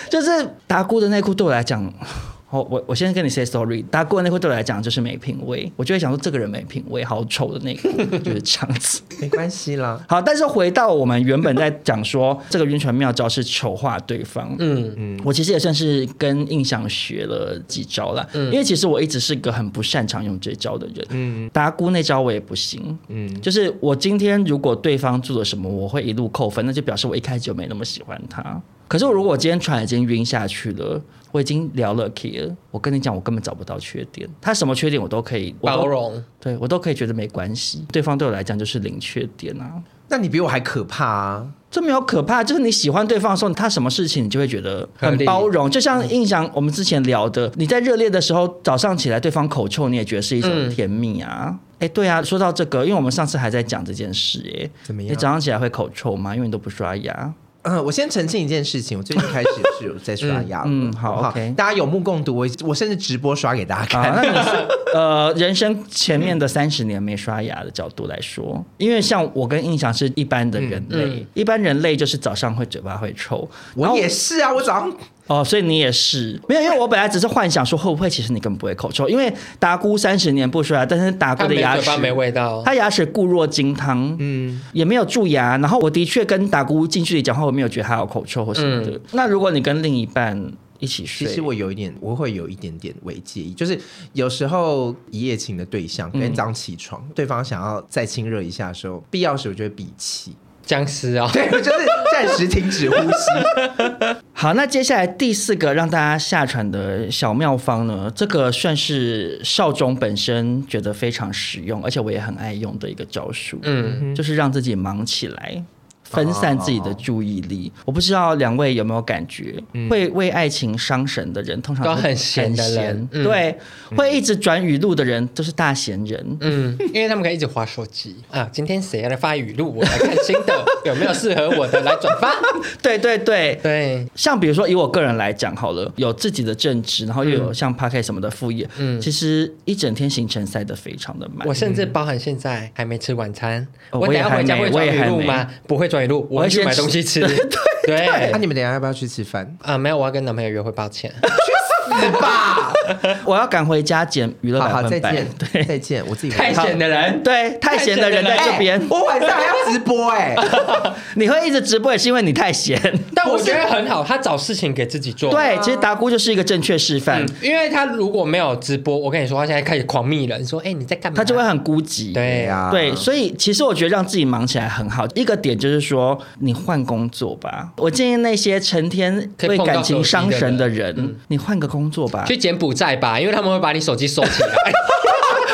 Speaker 2: 就是达姑的内裤对我来讲， 我我我先跟你 say sorry，达姑的内裤对我来讲就是没品味，我就会想说这个人没品味，好丑的内裤， 就是这样子。
Speaker 4: 没关系啦。
Speaker 2: 好，但是回到我们原本在讲说这个晕船妙招是丑化对方，
Speaker 3: 嗯，
Speaker 2: 我其实也算是跟印象学了几招啦，
Speaker 3: 嗯
Speaker 2: 因为其实我一直是个很不擅长用这招的人，嗯，达姑那招我也不行，嗯，就是我今天如果对方做了什么，我会一路扣分，那就表示我一开始就没那么喜欢他。可是如果我今天船已经晕下去了，我已经聊了 K 了，我跟你讲，我根本找不到缺点，他什么缺点我都可以我都
Speaker 3: 包容。
Speaker 2: 对我都可以觉得没关系，对方对我来讲就是零缺点啊。
Speaker 4: 那你比我还可怕啊！
Speaker 2: 这没有可怕，就是你喜欢对方的时候，他什么事情你就会觉得
Speaker 3: 合
Speaker 2: 很
Speaker 3: 理
Speaker 2: 包容。就
Speaker 4: 嗯
Speaker 2: 像印象我们之前聊的，你在热恋的时候，早上起来对方口臭，你也觉得是一
Speaker 4: 嗯
Speaker 2: 种甜蜜啊。哎、对啊，说到这个，因为我们上次还在讲这件事、哎，
Speaker 4: 怎么样
Speaker 2: 你早上起来会口臭吗？因为你都不刷 牙。
Speaker 4: 嗯，我先澄清一件事情，我最近开始是有在刷牙了
Speaker 2: 嗯嗯好
Speaker 4: 不
Speaker 2: OK
Speaker 4: 大家有目共睹，我我甚至直播刷给大家
Speaker 2: 啊，
Speaker 4: 看。
Speaker 2: 那你是呃，人生前面的三十年没刷牙的角度来说，因为像我跟印象是一般的人类，一般人类就是早上会嘴巴会臭，然
Speaker 4: 嗯我
Speaker 2: 后
Speaker 4: 也是啊，我 早上
Speaker 2: 哦，所以你也是没有，因为我本来只是幻想说会不会其实你根本不会口臭，因为达姑三十年不刷牙，但是达姑
Speaker 3: 他
Speaker 2: 的
Speaker 3: 没
Speaker 2: 牙
Speaker 3: 嘴
Speaker 2: 齿
Speaker 3: 巴没味道，
Speaker 2: 他牙齿固若金汤，嗯，也没有蛀牙。然后我的确跟达姑近距离讲话，我没有觉得他有口臭或什么的。那如果你跟另一半一起
Speaker 4: 其
Speaker 2: 睡，
Speaker 4: 实我有一点，我会有一点点微介意，就是有时候一夜情的对象
Speaker 2: 嗯
Speaker 4: 跟早上起床，对方想要再亲热一下的时候，必要时我就会闭气，
Speaker 3: 僵尸啊、
Speaker 4: 对，我就是暂时停止 呼吸。
Speaker 2: 好，那接下来第四个让大家下船的小妙方呢，这个算是少中本身觉得非常实用，而且我也很爱用的一个招数，嗯，就是让自己忙起来。分散自己的注意
Speaker 3: 哦
Speaker 2: 力，我不知道两位有没有感觉，会为爱情伤神的人，通
Speaker 3: 嗯
Speaker 2: 常
Speaker 3: 都
Speaker 2: 是
Speaker 3: 很闲的人
Speaker 2: 闲
Speaker 3: 嗯
Speaker 2: 对，会一直转语录的人都是大闲人，
Speaker 3: 嗯，因为他们可以一直划手机啊。今天谁来发语录？我来看新的有没有适合我的来转 发。
Speaker 2: 对对对，
Speaker 3: 对，
Speaker 2: 像比如说以我个人来讲好了，有自己的正职，然后又有像 p a r k 什么的副业，嗯，其实一整天行程塞得非常的满。
Speaker 3: 我甚至包含现在还没吃晚餐，我
Speaker 2: 哦我
Speaker 3: 等
Speaker 2: 也
Speaker 3: 下回家
Speaker 2: 还
Speaker 3: 会
Speaker 2: 没我
Speaker 3: 转
Speaker 2: 也
Speaker 3: 语
Speaker 2: 还
Speaker 3: 录
Speaker 2: 没
Speaker 3: 吗？不会转语录，我
Speaker 2: 我
Speaker 3: 会
Speaker 2: 会
Speaker 3: 去
Speaker 2: 先
Speaker 3: 买东西吃。 对
Speaker 4: 哎那、你们等一下要不要去吃饭？
Speaker 3: 啊，没有，我要跟男朋友约会，抱 歉。
Speaker 2: 我要赶回家剪娱乐
Speaker 4: 好
Speaker 2: 百
Speaker 4: 好，再
Speaker 2: 分百。
Speaker 4: 见，
Speaker 2: 对
Speaker 4: 再见，我自己
Speaker 3: 太闲的人，
Speaker 2: 对，太闲的人在这边，啊
Speaker 4: 哎我晚上还要直播 哎、
Speaker 2: 你会一直直播也是因为你太闲。
Speaker 3: 但我觉得很好，他找事情给自己做。
Speaker 4: 嗯
Speaker 2: 对，其实达姑就是一个正确示范，
Speaker 3: 嗯，因为他如果没有直播，我跟你说，他现在开始狂密人，说：“哎，你在干嘛？”
Speaker 2: 她就会很孤寂。
Speaker 3: 对啊，
Speaker 4: 啊
Speaker 2: 对，所以其实我觉得让自己忙起来很好。一个点就是说，你换工作吧。我建议那些成天
Speaker 3: 可以
Speaker 2: 为
Speaker 3: 碰到
Speaker 2: 感情
Speaker 3: 手机
Speaker 2: 伤
Speaker 3: 的
Speaker 2: 神的
Speaker 3: 人
Speaker 4: 嗯
Speaker 2: 人，你换个工作吧。
Speaker 3: 去柬埔寨吧，因为他们会把你手机收起 来。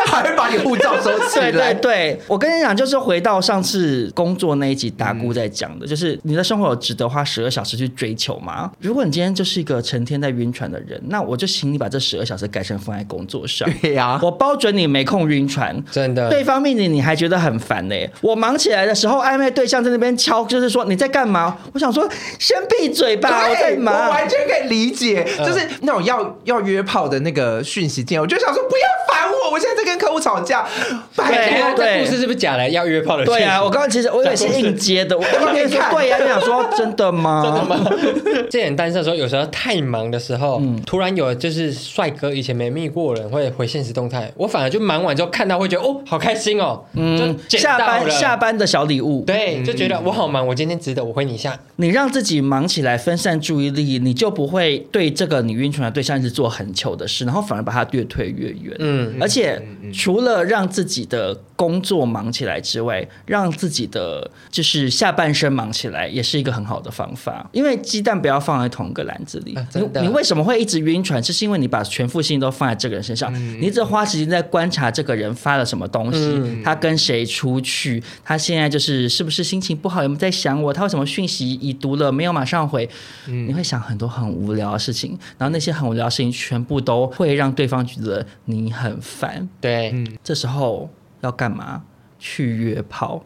Speaker 4: 还会把你护照收起
Speaker 2: 对对
Speaker 4: 来。
Speaker 2: 对，我跟你讲，就是回到上次工作那一集达姑在讲的，
Speaker 4: 嗯
Speaker 2: 就是你的生活有值得花十二小时去追求吗？如果你今天就是一个成天在晕船的人，那我就请你把这十二小时改成放在工作上。
Speaker 4: 对呀、
Speaker 2: 我包准你没空晕船，
Speaker 3: 真的
Speaker 2: 对方命令你还觉得很烦呢、我忙起来的时候，暧昧对象在那边敲，就是说你在干嘛？我想说，先闭嘴吧，我在
Speaker 4: 对，我
Speaker 2: 忙。嗯
Speaker 4: 完全可以理解，就是那种要要约炮的那个讯息进来，我就想说不要烦我，我现在在跟客户吵架，
Speaker 2: 对
Speaker 4: 拜
Speaker 3: 哎
Speaker 4: 托
Speaker 3: 呀这故事是不是假的？要约炮的事情？
Speaker 2: 对啊，我刚刚其实我以为是应接的，我刚刚说对呀、你想说真的吗？真的吗？
Speaker 3: 这点单身的时候，有时候太忙的时候，
Speaker 2: 嗯
Speaker 3: 突然有就是帅哥以前没密过的人会回现实动态，我反而就忙完之后看到会觉得哦，好开心哦，嗯，就捡
Speaker 2: 下
Speaker 3: 到
Speaker 2: 班嗯
Speaker 3: 了
Speaker 2: 下班的小礼物，
Speaker 3: 对，就觉得我好忙，我今天值得，我回你一下。
Speaker 2: 你让自己忙起来，分散注意力，你就不会对这个你晕船的对象一直做很糗的事，然后反而把他越推越远。嗯，而且除了让自己的工作忙起来之外，让自己的就是下半身忙起来，也是一个很好的方法。因为鸡蛋不要放在同一个篮子里。
Speaker 3: 啊真
Speaker 2: 你
Speaker 3: 的
Speaker 2: 你为什么会一直晕船？就是因为你把全副心都放在这个人身上，你一直花时间在观察这个人发了什么东西，他跟谁出去，他现在就是是不是心情不好，有没有在想我，他为什么讯息已读了没有马上回，你会想很多很无聊的事情，然后那些很无聊的事情全部都会让对方觉得你很烦。
Speaker 3: 对，
Speaker 2: 这时候要干嘛？去约炮，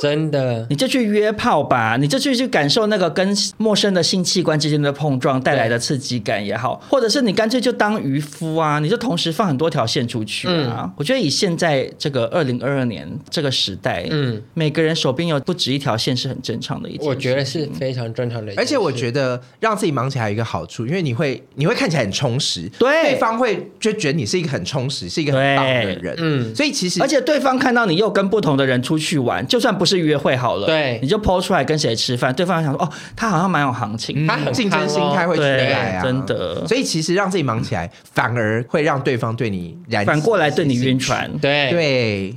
Speaker 3: 真的
Speaker 2: 你就去约炮吧，你就去去感受那个跟陌生的性器官之间的碰撞带来的刺激感也好，或者是你干脆就当渔夫啊，你就同时放很多条线出去啊。我觉得以现在这个二零二二年这个时代，嗯
Speaker 3: 嗯，
Speaker 2: 每个人手边有不止一条线是很正常的一件事。
Speaker 3: 我觉得是非常正常的一件事，
Speaker 4: 而且我觉得让自己忙起来有一个好处，因为你会你会看起来很充实，
Speaker 2: 对
Speaker 4: 对方会就觉得你是一个很充实，是一个很棒的人，嗯，
Speaker 3: 嗯
Speaker 4: 所以其实
Speaker 2: 而且对方看到你又跟不同的人出去玩，就算不是约会好了，
Speaker 3: 对
Speaker 2: 你就抛出来跟谁吃饭，对方想说哦，他好像蛮有行情，
Speaker 4: 嗯
Speaker 3: 他很
Speaker 4: 竞争心态会出来啊，
Speaker 2: 对真的
Speaker 4: 所以其实让自己忙起来，反而会让对方对你燃起
Speaker 2: 反过来对你晕
Speaker 4: 兴
Speaker 2: 船。
Speaker 4: 趣，
Speaker 3: 对
Speaker 4: 对，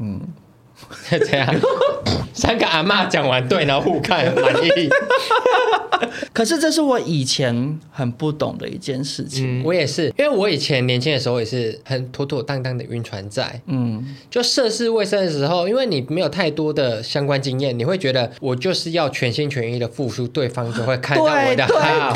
Speaker 3: 对这样，三个阿嬷讲完对，然后互看满 意，
Speaker 2: 可是这是我以前很不懂的一件事情。
Speaker 3: 我也是，因为我以前年轻的时候也是很妥妥当当的晕船仔，
Speaker 2: 嗯，
Speaker 3: 就涉世未深的时候，因为你没有太多的相关经验，你会觉得我就是要全心全意的付出，对方就会看到我 的啊
Speaker 2: 对对
Speaker 3: 好。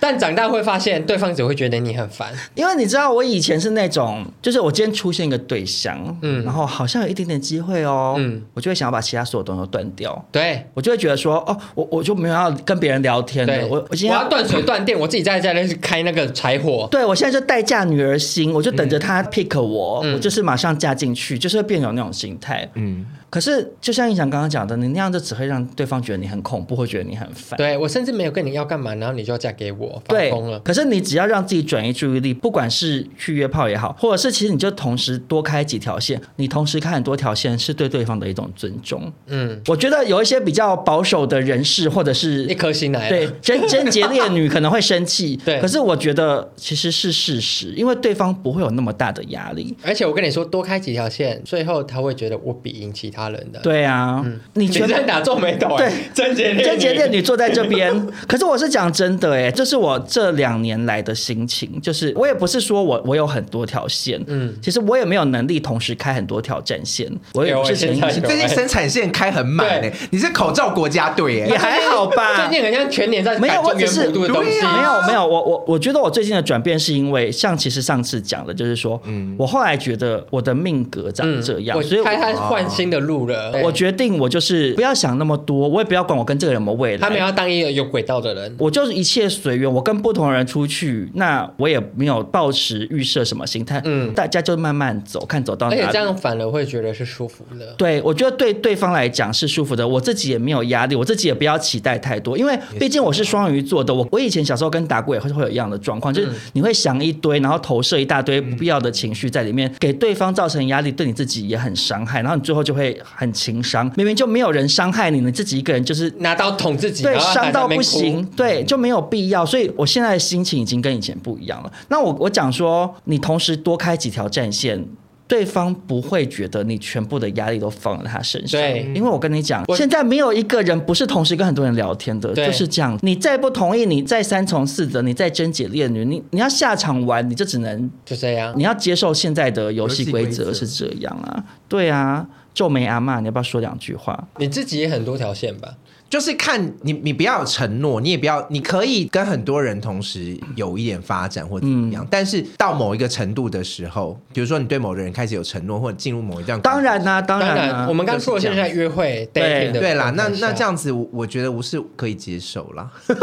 Speaker 3: 但长大会发现，对方只会觉得你很烦。
Speaker 2: 因为你知道，我以前是那种，就是我今天出现一个对象，嗯，
Speaker 3: 嗯
Speaker 2: 然后好像有一点点机会哦，嗯
Speaker 3: 嗯，
Speaker 2: 我就会想要把其他所有东西都断掉，
Speaker 3: 对
Speaker 2: 我就会觉得说，哦，我我就没有要跟别人聊天
Speaker 3: 对
Speaker 2: 了，，我我今
Speaker 3: 我
Speaker 2: 天
Speaker 3: 要断水断电，我自己在家里开那个柴火。
Speaker 2: 对，我现在就待嫁女儿心，我就等着她 pick 我，
Speaker 3: 嗯
Speaker 2: 我就是马上嫁进去，就是会变有那种心态。
Speaker 4: 嗯，
Speaker 2: 可是就像你想刚刚讲的，你那样就只会让对方觉得你很恐怖，会觉得你很烦。
Speaker 3: 对我甚至没有跟你要干嘛，然后你就要嫁给我，发
Speaker 2: 对
Speaker 3: 疯了，。
Speaker 2: 可是你只要让自己转移注意力，不管是去约炮也好，或者是其实你就同时多开几条线，你同时开很多条线是对对方的一种尊重。
Speaker 3: 嗯，
Speaker 2: 我觉得有一些比较保守的人士，或者是
Speaker 3: 一颗心来了。
Speaker 2: 对，贞贞洁烈女可能会生气，
Speaker 3: 对
Speaker 2: 可是我觉得其实是事实，因为对方不会有那么大的压力。
Speaker 3: 而且我跟你说，多开几条线，最后他会觉得我比赢其他人的。，
Speaker 2: 对啊，你
Speaker 3: 嗯你
Speaker 2: 觉
Speaker 3: 在
Speaker 2: 得
Speaker 3: 打皱眉头、欸？
Speaker 2: 对，
Speaker 3: 贞洁烈女
Speaker 2: 贞洁烈女坐在这边，可是我是讲真的哎、这是我这两年来的心情，就是我也不是说我我有很多条线，嗯，其实我也没有能力同时开很多条战线，我也
Speaker 3: 有
Speaker 2: 不是
Speaker 3: 欸
Speaker 2: 陈
Speaker 3: 现
Speaker 2: 奕
Speaker 3: 在
Speaker 2: 迅
Speaker 4: 你最近生产线开很满诶、
Speaker 3: 对
Speaker 4: 你是口罩国家队欸诶、
Speaker 2: 也还好吧
Speaker 3: 最。近很像全年在
Speaker 2: 啊没有，
Speaker 3: 改
Speaker 2: 我
Speaker 3: 中
Speaker 2: 只
Speaker 3: 原
Speaker 2: 是啊
Speaker 3: 普渡的东西，
Speaker 2: 没有没有，我我我觉得我最近的转变是因为，像其实上次讲的，就是说，我后来觉得我的命格长这样，
Speaker 3: 嗯我
Speaker 2: 所以
Speaker 3: 开他换新的路
Speaker 4: 啊
Speaker 3: 了。
Speaker 2: 我
Speaker 3: 我
Speaker 2: 决定我就是不要想那么多，我也不要管我跟这个人有没有未来，
Speaker 3: 他们要当一个有轨道的人，
Speaker 2: 我就是一切随缘，我跟不同的人出去，那我也没有抱持预设什么心态，嗯，大家就慢慢走，看走到
Speaker 3: 而哎
Speaker 2: 哪
Speaker 3: 且这
Speaker 2: 里。
Speaker 3: 样反而会觉得是舒服的。
Speaker 2: 对，我觉得对对方来讲是舒服的，我自己也没有压力，我自己也不要期待太多，因为毕竟我是双鱼座的，我我以前小时候跟打鼓也会会有一样的状况，
Speaker 3: 嗯
Speaker 2: 就是你会想一堆，然后投射一大堆不必要的情绪在里面，给对方造成压力，对你自己也很伤害，然后你最后就会很情伤，明明就没有人伤害你，你自己一个人就是
Speaker 3: 拿刀捅自己，
Speaker 2: 对，
Speaker 3: 然后
Speaker 2: 伤
Speaker 3: 啊还在
Speaker 2: 到
Speaker 3: 那边
Speaker 2: 不
Speaker 3: 哭嗯
Speaker 2: 行，，对，就没有必要。所以我现在的心情已经跟以前不一样了。那我我讲说，你同时多开几条战线。对方不会觉得你全部的压力都放在他身上，
Speaker 3: 对
Speaker 2: 因为我跟你讲，
Speaker 3: 我
Speaker 2: 现在没有一个人不是同时跟很多人聊天的，
Speaker 3: 对
Speaker 2: 就是这样。你再不同意，你再三从四德，你再贞洁烈女，你你要下场玩，你就只能
Speaker 3: 就这样。
Speaker 2: 你要接受现在的游戏
Speaker 4: 游戏
Speaker 2: 规
Speaker 4: 规
Speaker 2: 则
Speaker 4: 则
Speaker 2: 是这样啊，对啊。皱眉阿嬷，你要不要说两句话？
Speaker 3: 你自己也很多条线吧？
Speaker 4: 就是看你，你不要有承诺，你也不要，你可以跟很多人同时有一点发展或怎么样，但是到某一个程度的时候，比如说你对某个人开始有承诺，或者进入某一段，
Speaker 2: 当然。啦、当然啦、啊
Speaker 3: 我们刚说的
Speaker 4: 就是
Speaker 3: 现
Speaker 4: 这样
Speaker 3: 在约会
Speaker 2: 对
Speaker 3: dating 的
Speaker 4: 对啦，那
Speaker 3: 状态下
Speaker 4: 那这样子我，我觉得我是可以接受啦，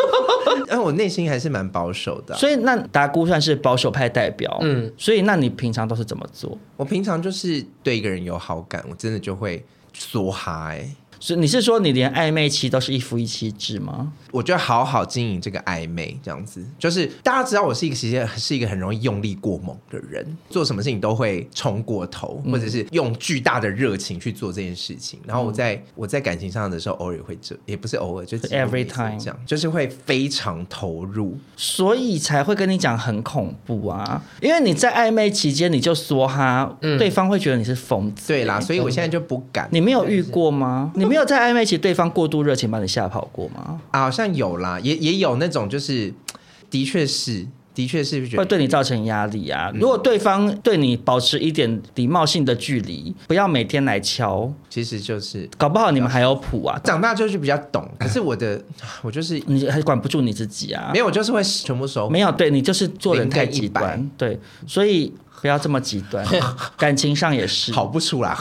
Speaker 4: 但我内心还是蛮保守的啊、
Speaker 2: 所以那达姑算是保守派代表，嗯
Speaker 3: 嗯，
Speaker 2: 所以那你平常都是怎么做？
Speaker 4: 我平常就是对一个人有好感，我真的就会梭哈、欸，
Speaker 2: 所以你是说你连暧昧期都是一夫一妻制吗？
Speaker 4: 我就好好经营这个暧昧，这样子。就是大家知道我是一个其实是一个很容易用力过猛的人，做什么事情都会冲过头，或者是用巨大的热情去做这件事情。然后我在、我在感情上的时候，偶尔也会这，也不是偶尔，就几乎
Speaker 2: Every
Speaker 4: 每次
Speaker 2: time
Speaker 4: 这样，就是会非常投入。
Speaker 2: 所以才会跟你讲很恐怖啊，因为你在暧昧期间你就说哈，对方会觉得你是疯子。
Speaker 4: 嗯对啦，所以我现在就不敢。
Speaker 2: 你没有遇过吗？你没有在暧昧期对方过度热情把你吓跑过吗？
Speaker 4: 啊，好像有啦，也也有那种就是，的确是，的确是
Speaker 2: 会
Speaker 4: 觉得
Speaker 2: 哦
Speaker 4: 嗯
Speaker 2: 对你造成压力啊！如果对方对你保持一点礼貌性的距离，不要每天来敲，
Speaker 4: 其实就是
Speaker 2: 搞不好你们还有谱啊！
Speaker 4: 长大就是比较懂。可是我的，我就是
Speaker 2: 你还管不住你自己啊！
Speaker 4: 没有，我就是会全部收回
Speaker 2: 没有，对你就是做人
Speaker 4: 零跟
Speaker 2: 太
Speaker 4: 哦一
Speaker 2: 极
Speaker 4: 百
Speaker 2: 端，对，所以不要这么极 端，感情上也是。
Speaker 4: 好不出 来。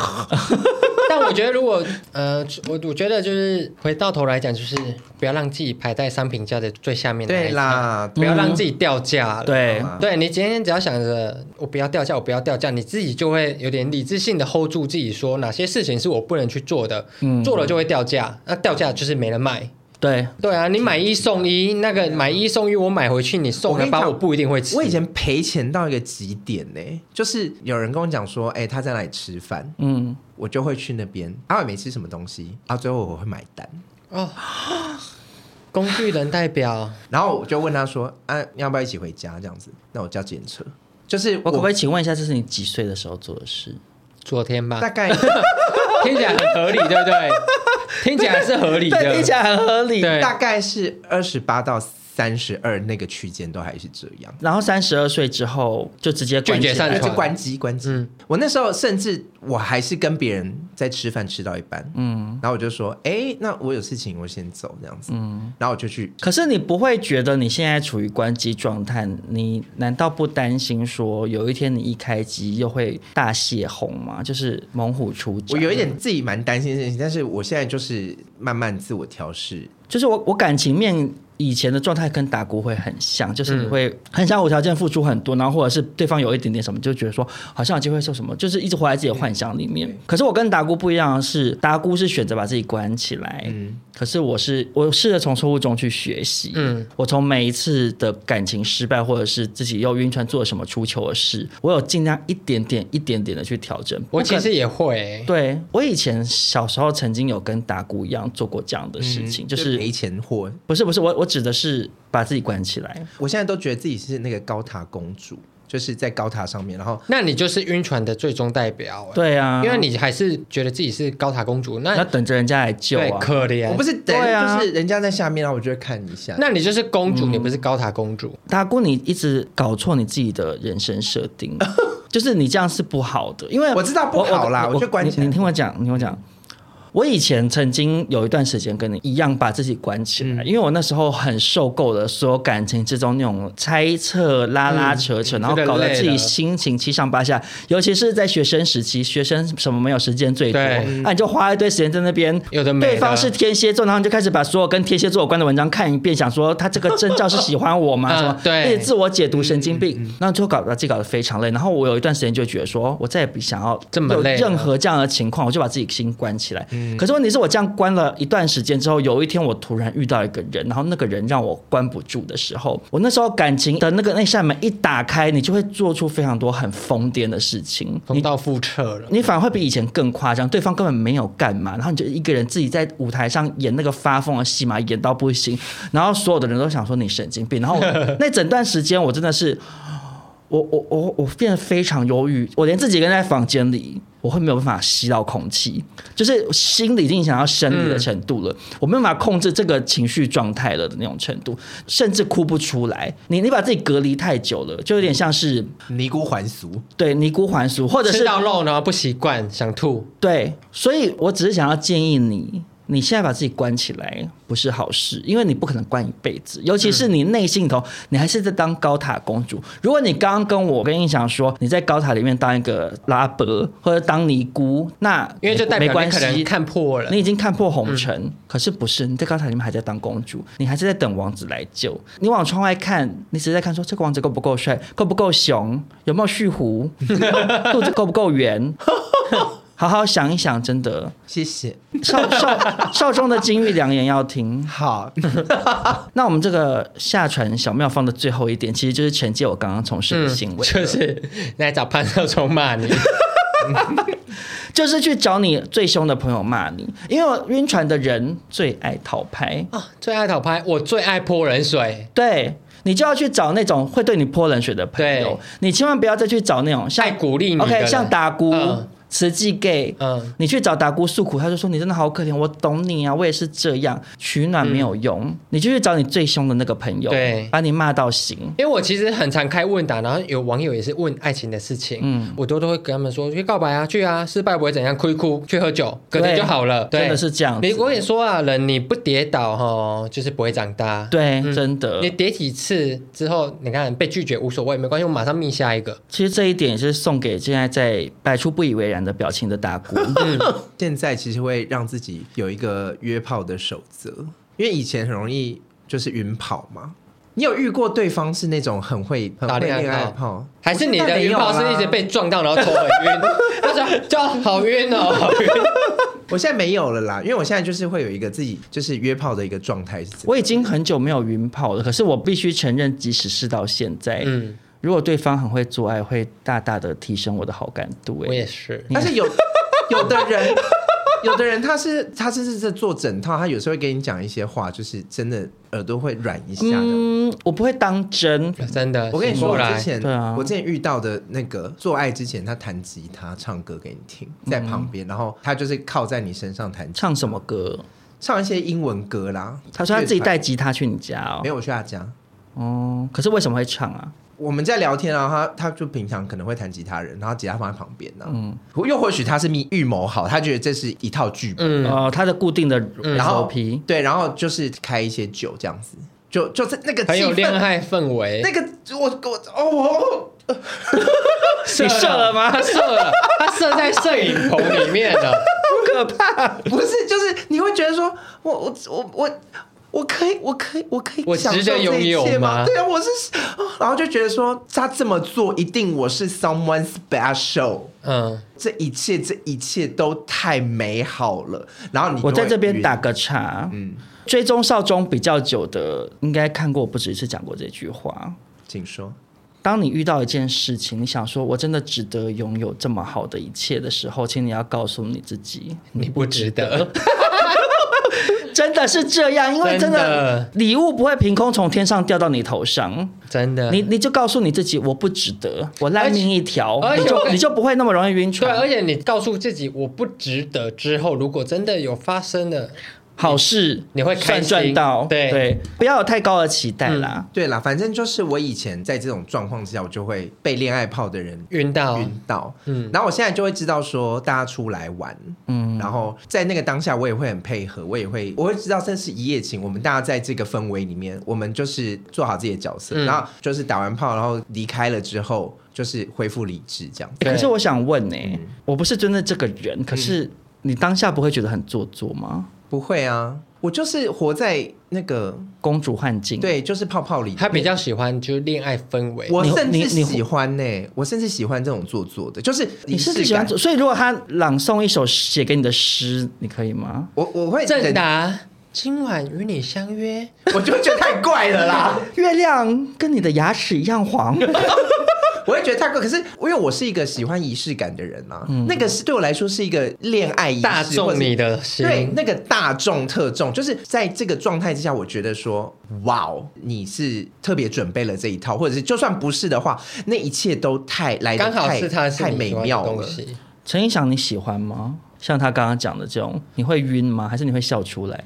Speaker 3: 但我觉得，如果呃，我我觉得就是回到头来讲，就是不要让自己排在商品价的最下面的那一
Speaker 4: 对
Speaker 3: 层，
Speaker 4: 啦，嗯啊
Speaker 3: 不
Speaker 2: 嗯
Speaker 3: 要让自己掉价了。
Speaker 2: 对，
Speaker 3: 对你今天只要想着我不要掉价，我不要掉价，你自己就会有点理智性的 hold 住自己，说哪些事情是我不能去做的，
Speaker 4: 嗯
Speaker 3: 做了就会掉价，那掉价就是没人买。
Speaker 2: 对，
Speaker 3: 对啊，你买一送一，那个买一送一，我买回去你送
Speaker 4: 我
Speaker 3: 了
Speaker 4: 跟你
Speaker 3: 包，
Speaker 4: 讲
Speaker 3: 我不一定会吃。
Speaker 4: 我以前赔钱到一个极点呢、就是有人跟我讲说，哎、他在哪里吃饭，
Speaker 2: 嗯，
Speaker 4: 我就会去那边，啊，我也没吃什么东西，啊，最后我会买单，
Speaker 3: 哦，工具人代表，
Speaker 4: 然后我就问他说，啊，要不要一起回家这样子？那我叫计程车，就是
Speaker 2: 我
Speaker 4: 我
Speaker 2: 可不可以请问一下，这是你几岁的时候做的事？
Speaker 3: 昨天吧
Speaker 4: 大，概
Speaker 3: 听起来很合理，对不对？听起来是合理
Speaker 2: 对，听起
Speaker 3: 的。
Speaker 2: 来很合理。
Speaker 3: 对
Speaker 4: 大概是二十八到三十二那个区间都还是这样。
Speaker 2: 然后三十二岁之后就直接关
Speaker 3: 拒绝
Speaker 2: 起来
Speaker 3: 散
Speaker 4: 那
Speaker 3: 传
Speaker 4: 就哎关机关机。
Speaker 3: 嗯
Speaker 4: 我那时候甚至我还是跟别人在吃饭吃到一半，嗯，然后我就说，哎、那我有事情我先走这样子，嗯，然后我就去
Speaker 2: 可是你不会觉得你现在处于关机状态，你难道不担心说有一天你一开机又会大泄洪吗？就是猛虎出闸。
Speaker 4: 我有一，点自己蛮担心的事情，但是我现在就是慢慢自我调试。
Speaker 2: 就是我我感情面以前的状态跟打鼓会很像，就是你会很想无条件付出很多，然后或者是对方有一点点什么，就觉得说好像有机会受什么，就是一直活在自己的幻想里面。可是我跟打鼓不一样的是，打鼓是选择把自己关起来，
Speaker 4: 嗯，
Speaker 2: 可是我是我试着从错误中去学习，嗯
Speaker 3: 嗯，
Speaker 2: 我从每一次的感情失败，或者是自己又晕船做了什么出糗的事，我有尽量一点点、一点点的去调整。
Speaker 3: 我
Speaker 2: 不可
Speaker 3: 其实也会、欸
Speaker 2: 对我以前小时候曾经有跟打鼓一样做过这样的事情，嗯就
Speaker 4: 赔
Speaker 2: 是
Speaker 4: 钱货。
Speaker 2: 不是不是我我指的是把自己关起来，
Speaker 4: 我现在都觉得自己是那个高塔公主，就是在高塔上面，然后
Speaker 3: 那你就是晕船的最终代表、欸
Speaker 2: 对啊，
Speaker 3: 因为你还是觉得自己是高塔公主，
Speaker 2: 要
Speaker 3: 那
Speaker 2: 等着人家来救
Speaker 3: 对
Speaker 2: 啊。
Speaker 3: 可怜，
Speaker 4: 我不是等，
Speaker 2: 对啊
Speaker 4: 就是人家在下面，然后我就会看一下。
Speaker 3: 哎那你就是公
Speaker 2: 嗯
Speaker 3: 主，你不是高塔公主。
Speaker 2: 大姑，你一直搞错你自己的人生设定，就是你这样是不好的，因为
Speaker 4: 我知道不好啦我就关起来
Speaker 2: 你。你听我讲，你听我讲。我以前曾经有一段时间跟你一样把自己关起来，因为我那时候很受够了所有感情之中那种猜测、拉拉扯扯，
Speaker 3: 嗯
Speaker 2: 然后
Speaker 3: 觉得
Speaker 2: 搞得
Speaker 3: 累
Speaker 2: 自己
Speaker 3: 了
Speaker 2: 心情七上八下。尤其是在学生时期，学生什么没有时间最多，
Speaker 3: 对
Speaker 2: 那、你就花一堆时间在那边。
Speaker 3: 有的没的
Speaker 2: 对方是天蝎座，然后你就开始把所有跟天蝎座有关的文章看一遍，想说他这个征兆是喜欢 我吗？
Speaker 3: 嗯
Speaker 2: 什么？
Speaker 3: 对嗯
Speaker 2: 一直自自我解读神经病，然后最后搞把自己搞得非常累。然后我有一段时间就觉得说，我再也不想要
Speaker 3: 这么累了嗯
Speaker 2: 有任何这样的情况，我就把自己心关起来。可是问题是我这样关了一段时间之后，有一天我突然遇到一个人，然后那个人让我关不住的时候，我那时候感情的那个那扇门一打开，你就会做出非常多很疯癫的事情。
Speaker 3: 重蹈覆辙了，
Speaker 2: 你反而会比以前更夸张，对方根本没有干嘛，然后你就一个人自己在舞台上演那个发疯的戏嘛，演到不行，然后所有的人都想说你神经病，然后 我那整段时间我真的是，我我我我变得非常忧郁，我连自己一个人在房间里。我会没有办法吸到空气，就是心里已经想要生
Speaker 3: 嗯
Speaker 2: 理的程度了，我没有办法控制这个情绪状态了的那种程度，甚至哭不出来。你你把自己隔离太久了，就有点像是
Speaker 4: 尼姑还俗，
Speaker 2: 对尼姑还俗，或者
Speaker 3: 吃
Speaker 2: 是
Speaker 3: 到肉然后不习惯，想吐。
Speaker 2: 对，所以我只是想要建议你，你现在把自己关起来不是好事，因为你不可能关一辈子，尤其是你内心里头，你还是在当高塔公主。如果你刚刚跟我跟印象说你在高塔里面当一个拉伯或者当尼姑，那
Speaker 3: 因为就代表
Speaker 2: 没关
Speaker 3: 你可能
Speaker 2: 系。
Speaker 3: 看破了
Speaker 2: 你，已经看破红尘，可是不是你在高塔里面还在当公主，你还是在等王子来救。你往窗外看，你只是在看说这个王子够不够帅，够不够雄，有没有蓄胡，肚子够不够圆。 好好想一想，真的。
Speaker 4: 谢谢。
Speaker 2: 少少少中的金玉良言要听。
Speaker 4: 好，
Speaker 2: 那我们这个下船小妙方的最后一点，其实就是惩戒我刚刚从事的行
Speaker 3: 嗯
Speaker 2: 为，
Speaker 3: 就是来找潘少聪骂 你，
Speaker 2: 就是去找你最凶的朋友骂你，因为晕船的人最爱讨拍，
Speaker 3: 啊，最爱讨拍，我最爱泼冷水，
Speaker 2: 对你就要去找那种会对你泼冷水的朋友
Speaker 3: 对，
Speaker 2: 你千万不要再去找那种像
Speaker 3: 爱鼓励你的
Speaker 2: OK
Speaker 3: 人
Speaker 2: 像达姑
Speaker 3: 嗯。
Speaker 2: 慈济 gay，
Speaker 3: 嗯
Speaker 2: 你去找达姑诉苦，他就说你真的好可怜，我懂你啊，我也是这样，取暖没有用，你就去找你最凶的那个朋友，
Speaker 3: 嗯对
Speaker 2: 把你骂到醒，
Speaker 3: 因为我其实很常开问答，然后有网友也是问爱情的事情，
Speaker 2: 嗯
Speaker 3: 我多都会跟他们说去告白啊，去啊，失败不会怎样，哭一哭，去喝酒，隔天
Speaker 2: 对
Speaker 3: 就好了。对，
Speaker 2: 真的是这样子
Speaker 3: 你我也说啊，人你不跌倒哈，就是不会长大。，
Speaker 2: 对，真的
Speaker 3: 嗯你。跌几次之后，你看被拒绝无所谓，没关系，我马上觅下一个。
Speaker 2: 其实这一点也是送给现在在摆出不以为然的表情的达 姑，
Speaker 3: 嗯
Speaker 4: 现在其实会让自己有一个约炮的守则，因为以前很容易就是晕跑嘛。你有遇过对方是那种很会很
Speaker 3: 打
Speaker 4: 会
Speaker 3: 恋爱
Speaker 4: 恋爱
Speaker 3: 炮
Speaker 4: 炮，
Speaker 3: 还是你的
Speaker 4: 约
Speaker 3: 晕炮是一直被撞到，然后头很晕，他说就好晕哦，好晕。
Speaker 4: 我现在没有了啦，因为我现在就是会有一个自己就是约炮的一个状态是怎么
Speaker 2: 我已经很久没有晕炮了，可是我必须承认，即使是到现在，
Speaker 3: 嗯，
Speaker 2: 如果对方很会做爱，会大大的提升我的好感度、欸。
Speaker 3: 我也是。
Speaker 4: 样，但是有有的人。有的人他是他是是是做整套，他有时候会给你讲一些话，就是真的耳朵会软一下的。
Speaker 2: 嗯，我不会当真。
Speaker 3: 真的，
Speaker 4: 我跟你说，
Speaker 3: 醒
Speaker 4: 我
Speaker 3: 过来
Speaker 4: 之前、
Speaker 2: 对啊
Speaker 4: 我之前遇到的那个做爱之前，他弹吉他唱歌给你听，在
Speaker 2: 嗯
Speaker 4: 旁边，然后他就是靠在你身上弹吉，
Speaker 2: 唱什么歌？
Speaker 4: 唱一些英文歌啦。
Speaker 2: 他说他自己带
Speaker 4: 乐
Speaker 2: 吉他去你家哦
Speaker 4: 团，没。有我去他家，
Speaker 2: 哦，可是为什么会唱啊？
Speaker 4: 我们在聊天啊，他他就平常可能会弹吉他人，然后吉他放在旁边呢、嗯，又或许他是密预谋好，他觉得这是一套剧本，
Speaker 3: 嗯，
Speaker 2: 哦，他的固定的
Speaker 4: 然后
Speaker 2: SOP，
Speaker 4: 对，然后就是开一些酒这样子，就就是那个
Speaker 3: 很有
Speaker 4: 气氛
Speaker 3: 恋爱氛围。
Speaker 4: 那个我我哦。
Speaker 3: 射
Speaker 2: 你射了 吗
Speaker 3: 他 射了，啊他射在摄影棚里面了。
Speaker 2: 好可怕！
Speaker 4: 不是，就是你会觉得说，我我我我我可以，我可以，我可以，
Speaker 3: 我值得拥有吗
Speaker 4: 吗？对啊，我是，啊然后就觉得说，他这么做一定我是 someone special，
Speaker 3: 嗯，
Speaker 4: 这一切这一切都太美好了。然后你就
Speaker 2: 我在
Speaker 4: 会
Speaker 2: 这边
Speaker 4: 晕
Speaker 2: 打，个岔。
Speaker 4: 嗯，
Speaker 2: 追踪少中比较久的，应该看过不止一次讲过这句话。
Speaker 4: 请说。
Speaker 2: 当你遇到一件事情，你想说“我真的值得拥有这么好的一切”的时候，请你要告诉你自己，
Speaker 3: 你不值得。
Speaker 2: 真的是这样，因为真
Speaker 3: 真
Speaker 2: 的
Speaker 3: 的
Speaker 2: 礼物不会凭空从天上掉到你头上。
Speaker 3: 真的，
Speaker 2: 你你就告诉你自己，我不值得，我烂命一条，
Speaker 3: 而且
Speaker 2: 你
Speaker 3: 我
Speaker 2: 就
Speaker 3: 跟
Speaker 2: 你就不会那么容易晕
Speaker 3: 对，啊而
Speaker 2: 船。
Speaker 3: 且你告诉自己我不值得之后，如果真的有发生了，
Speaker 2: 好事
Speaker 3: 你会开
Speaker 2: 赚
Speaker 3: 心
Speaker 2: 赚到，
Speaker 3: 对嗯
Speaker 2: 对，不要有太高的期待啦。
Speaker 4: 对啦，反正就是我以前在这种状况之下，我就会被恋爱泡的人
Speaker 3: 晕到，
Speaker 4: 晕到，
Speaker 3: 嗯
Speaker 4: 嗯，然后我现在就会知道说大家出来玩，嗯，然后在那个当下我也会很配合，我也会我会知道这是一夜情，我们大家在这个氛围里面，我们就是做好自己的角色，
Speaker 3: 嗯
Speaker 4: 然后就是打完炮，然后离开了之后，就是恢复理智这样子。
Speaker 2: 欸可是
Speaker 3: 对嗯
Speaker 2: 我想问呢、我不是真的这个人，可是你当下不会觉得很做作吗？
Speaker 4: 不会啊，我就是活在那个
Speaker 2: 公主幻境，，
Speaker 4: 对，就是泡泡里。
Speaker 3: 他比较喜欢就是恋爱氛围。
Speaker 4: 我
Speaker 2: 你
Speaker 4: 甚
Speaker 2: 你
Speaker 4: 至
Speaker 2: 你
Speaker 4: 喜欢呢、我甚至喜欢这种做作的，就是
Speaker 2: 你
Speaker 4: 仪
Speaker 2: 是
Speaker 4: 式
Speaker 2: 不是喜欢
Speaker 4: 感
Speaker 2: 做？所以如果他朗诵一首写给你的诗，你可以吗？
Speaker 4: 我我会
Speaker 3: 正
Speaker 4: 忍
Speaker 3: 达今晚与你相约，
Speaker 4: 我就觉得太怪了啦。
Speaker 2: 月亮跟你的牙齿一样黄，
Speaker 4: 我会觉得太贵，可是因为我是一个喜欢仪式感的人嘛，那个是对我来说是一个恋爱仪式，
Speaker 3: 嗯大
Speaker 4: 或
Speaker 3: 众
Speaker 4: 是
Speaker 3: 你的
Speaker 4: 对
Speaker 3: 心，
Speaker 4: 那个大众特重，就是在这个状态之下，我觉得说，哇哦，你是特别准备了这一套，或者是就算不是的话，那一切都太来得
Speaker 3: 刚好
Speaker 4: 太
Speaker 3: 是他是
Speaker 4: 太
Speaker 3: 你
Speaker 4: 美
Speaker 3: 喜欢的
Speaker 4: 妙
Speaker 3: 东
Speaker 4: 了。
Speaker 3: 西。
Speaker 2: 陈意翔你喜欢吗？像他刚刚讲的这种，你会晕吗？还是你会笑出来？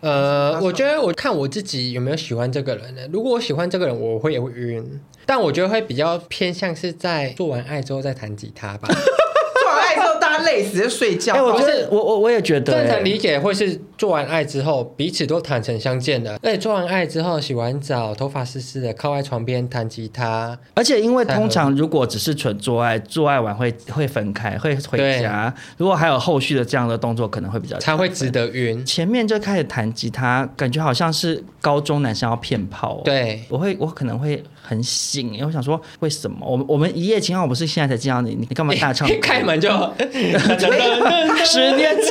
Speaker 3: 呃，我觉得我看我自己有没有喜欢这个人呢？如果我喜欢这个人，我会也会晕，但我觉得会比较偏向是在做完爱之后再弹吉他 吧。
Speaker 4: 做完爱之后，哎大家累死在睡觉。
Speaker 2: 哎、我觉
Speaker 4: 不
Speaker 2: 得
Speaker 4: 是
Speaker 2: 我我我也觉得、
Speaker 3: 正常
Speaker 2: 欸，
Speaker 3: 理解会是做完爱之后彼此都坦诚相见的，而且做完爱之后洗完澡，头发湿湿的，靠在床边弹吉他，
Speaker 2: 而且因为通常如果只是纯做爱，做爱完会会分开，会回
Speaker 3: 对
Speaker 2: 家。如果还有后续的这样的动作，可能会比较
Speaker 3: 才会值得晕。
Speaker 2: 前面就开始弹吉他，感觉好像是高中男生要骗炮、哦。，
Speaker 3: 对，？
Speaker 2: 我会我可能会很醒，因为我想说为什么我们我们一夜情啊，我不是现在才见到你，你你干嘛大唱
Speaker 3: 开 门就，
Speaker 2: 十年之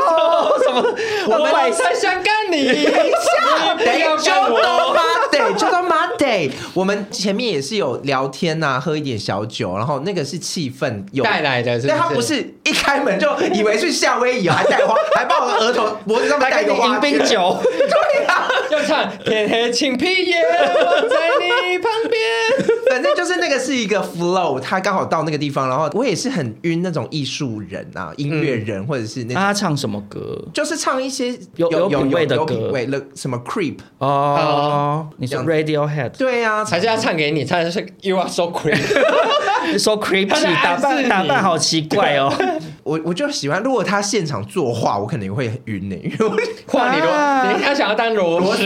Speaker 2: 后，什么？
Speaker 3: 我
Speaker 2: 我
Speaker 3: 晚
Speaker 2: 百
Speaker 3: 上想干你， 你不要
Speaker 4: 就
Speaker 3: 干
Speaker 4: 到
Speaker 3: 我。
Speaker 4: Monday，就到 Monday。我们前面也是有聊天呐、喝一点小酒，然后那个是气氛有
Speaker 3: 带来的是不是
Speaker 4: 但他不是一开门就以为去夏威夷哦，还带花，还把我的额头脖子上面
Speaker 2: 来
Speaker 4: 带一
Speaker 2: 给
Speaker 4: 个
Speaker 2: 你
Speaker 4: 花
Speaker 2: 迎
Speaker 4: 圈
Speaker 2: 宾酒。
Speaker 3: 要唱天黑请闭眼，我在你旁边。
Speaker 4: 反正就是那个是一个 flow，他刚好到那个地方，然后我也是很晕那种艺术人啊、音乐人、或者是那种。
Speaker 2: 他唱什么歌？
Speaker 4: 就是唱一些
Speaker 2: 啊有有
Speaker 4: 有
Speaker 2: 品味的
Speaker 4: 有
Speaker 2: 歌
Speaker 4: 品味了什么 creep，
Speaker 2: 哦，你说
Speaker 4: 这
Speaker 2: Radiohead
Speaker 4: 对啊，
Speaker 3: 才是要唱给你，唱的是 You are so crazy。
Speaker 2: 说
Speaker 3: 他
Speaker 2: creepy，
Speaker 3: 在暗示
Speaker 2: 打扮
Speaker 3: 你
Speaker 2: 打扮好奇怪哦。
Speaker 4: 我我就喜欢，如果他现场作画，我肯定会晕呢、因为我
Speaker 3: 画你
Speaker 2: 啊
Speaker 3: 罗，你他想要当螺丝，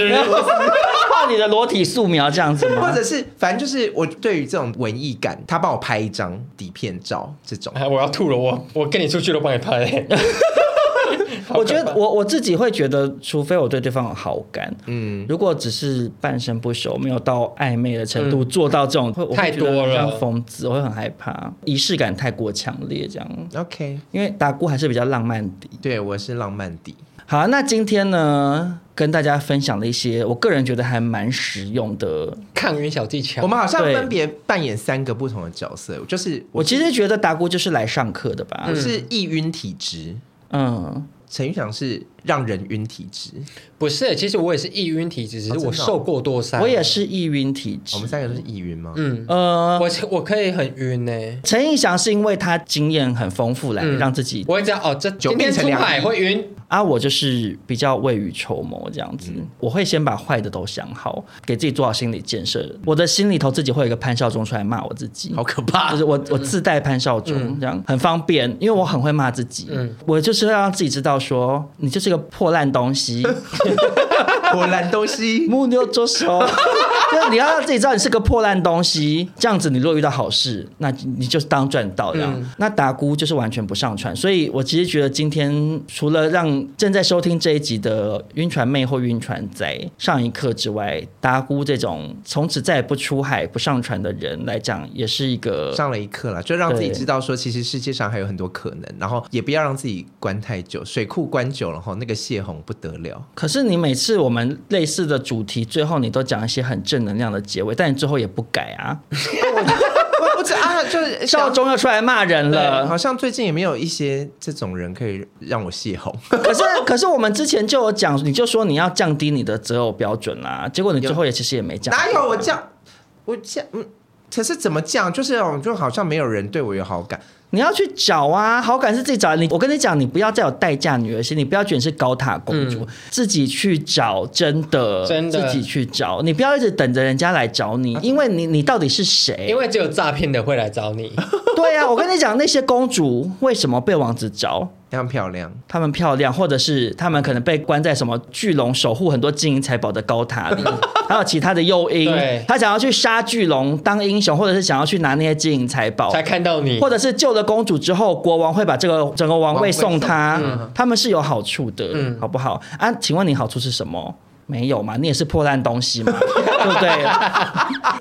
Speaker 2: 画你的裸体素描这样子吗？
Speaker 4: 或者是反正就是我对于这种文艺感，他帮我拍一张底片照这 种，
Speaker 3: 哎，我要吐了，我我跟你出去都帮你拍。 好可怕
Speaker 2: 我觉得我我自己会觉得，除非我对对方有好感，
Speaker 4: 嗯，
Speaker 2: 如果只是半生不熟，没有到暧昧的程度，做到这种会我会
Speaker 3: 太
Speaker 2: 觉得
Speaker 3: 多了
Speaker 2: 像疯子，我会很害怕，仪式感太过强烈，这样。
Speaker 4: OK，
Speaker 2: 因为达姑还是比较浪漫的。
Speaker 4: 对我是浪漫底，
Speaker 2: 好，那今天呢，跟大家分享了一些我个人觉得还蛮实用的。
Speaker 3: 抗晕小技巧
Speaker 4: 我。们好像
Speaker 2: 对
Speaker 4: 分别扮演三个不同的角色，就是
Speaker 2: 我
Speaker 4: 我
Speaker 2: 其实觉得达姑就是来上课的吧
Speaker 4: 我，是易晕体质，
Speaker 2: 嗯，
Speaker 4: 陈玉祥是让人晕体质，
Speaker 3: 不是，其实我也是易晕体质，只是
Speaker 4: 哦真的哦
Speaker 3: 我受过多伤。
Speaker 2: 我也，是易晕体质
Speaker 4: 我。们三个都是易晕吗？
Speaker 3: 嗯，
Speaker 2: 呃，
Speaker 3: 我我可以很晕呢。
Speaker 2: 陈映祥是因为他经验很丰富来
Speaker 3: 嗯
Speaker 2: 让自己
Speaker 3: 我会这样哦，这
Speaker 4: 久
Speaker 3: 今天
Speaker 4: 变成
Speaker 3: 出
Speaker 4: 良
Speaker 3: 海
Speaker 4: 医
Speaker 3: 会晕，
Speaker 2: 啊，我就是比较未雨绸缪这样
Speaker 4: 嗯
Speaker 2: 子，我会先把坏的都想好，给自己做好心理建设。我的心里头自己会有一个潘少忠出来骂我自己，
Speaker 4: 好可怕嗯
Speaker 2: 就！是我我自带潘少忠、这样很方便，因为我很会骂自己，
Speaker 3: 嗯
Speaker 2: 我就是要让自己知道说你就是个破烂东 西，
Speaker 4: 果然东 西，
Speaker 2: 木牛左 手。就你要让自己知道你是个破烂东西，这样子你若遇到好事，那你就当赚到这样。那达姑就是完全不上传，所以我其实觉得今天除了让正在收听这一集的晕船妹或晕船仔上一课之外，达姑这种从此再也不出海不上船的人来讲，也是一个
Speaker 4: 上了一课了，就让自己
Speaker 2: 对
Speaker 4: 知道说，其实世界上还有很多可能，然后也不要让自己关太久，水库关久了，然后那个泄洪不得了。
Speaker 2: 可是你每次我们类似的主题，最后你都讲一些很正能量的结尾，但你最后也不改啊。
Speaker 4: 我不知啊， 就是
Speaker 2: 少
Speaker 4: 中。
Speaker 2: 中又出来骂人
Speaker 4: 好
Speaker 2: 了，
Speaker 4: 像最近也没有一些这种人可以让我 泄洪。
Speaker 2: 可是可是我们之前就有讲，你就说你要降低你的择偶标准啦，结果你最后也其实也没降。
Speaker 4: 哪有我这样？我这样，嗯，可是怎么讲？就是哦就好像没有人对我有好感。
Speaker 2: 你要去找啊，好感是自己找。你我跟你讲，你不要再有待嫁女儿心，你不要觉得你是高塔公主，自己去找，真的，
Speaker 3: 真的
Speaker 2: 自己去找，你不要一直等着人家来找你，因为你你到底是
Speaker 4: 哎
Speaker 2: 谁？
Speaker 3: 因为只有诈骗的会来找你。
Speaker 2: 对啊，我跟你讲，那些公主为什么被王子找？
Speaker 4: 非常漂亮，
Speaker 2: 她们漂亮，或者是她们可能被关在什么巨龙守护很多金银财宝的高塔里，还有其他的诱因
Speaker 3: 嗯对。
Speaker 2: 她想要去杀巨龙当英雄，或者是想要去拿那些金银财宝，
Speaker 3: 才看到你
Speaker 2: 或。者是救了公主之后，国王会把这个整个王位送她，他们是有好处的，
Speaker 3: 嗯
Speaker 2: 好不好？啊，请问你好处是什么？没有嘛？你也是破烂东 西嘛，对不对？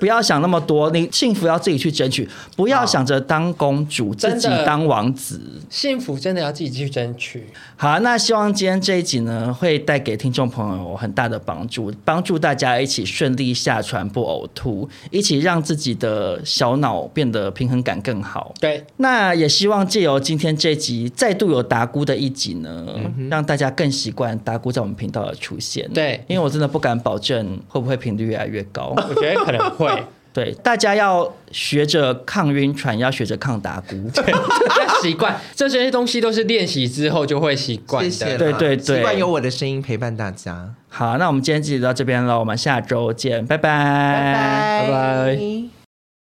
Speaker 2: 不要想那么多，你幸福要自己去争取，不要想着当公主，
Speaker 3: 真
Speaker 2: 自
Speaker 3: 的
Speaker 2: 己当王子。
Speaker 3: 幸福真的要自己去争取。
Speaker 2: 好，那希望今天这一集呢，会带给听众朋友很大的帮助，帮助大家一起顺利下船不呕吐，一起让自己的小脑变得平衡感更好。
Speaker 3: 对，
Speaker 2: 那也希望借由今天这集再度有达姑的一集呢，让大家更习惯达姑在我们频道的出现。
Speaker 3: 对
Speaker 2: 因为我真的不敢保证会不会频率越来越 高。
Speaker 3: 我觉得可能会
Speaker 2: 对，大家要学着抗晕船，要学着抗达姑。
Speaker 3: 要习惯这些东西都是练习之后就会习惯
Speaker 4: 谢
Speaker 3: 的。
Speaker 4: 谢啦。
Speaker 2: 对对对
Speaker 4: 习惯有我的声音陪伴大家。
Speaker 2: 好，那我们今天这集就到这边了，我们下周见，拜拜，拜
Speaker 4: 拜
Speaker 2: 拜。
Speaker 4: 拜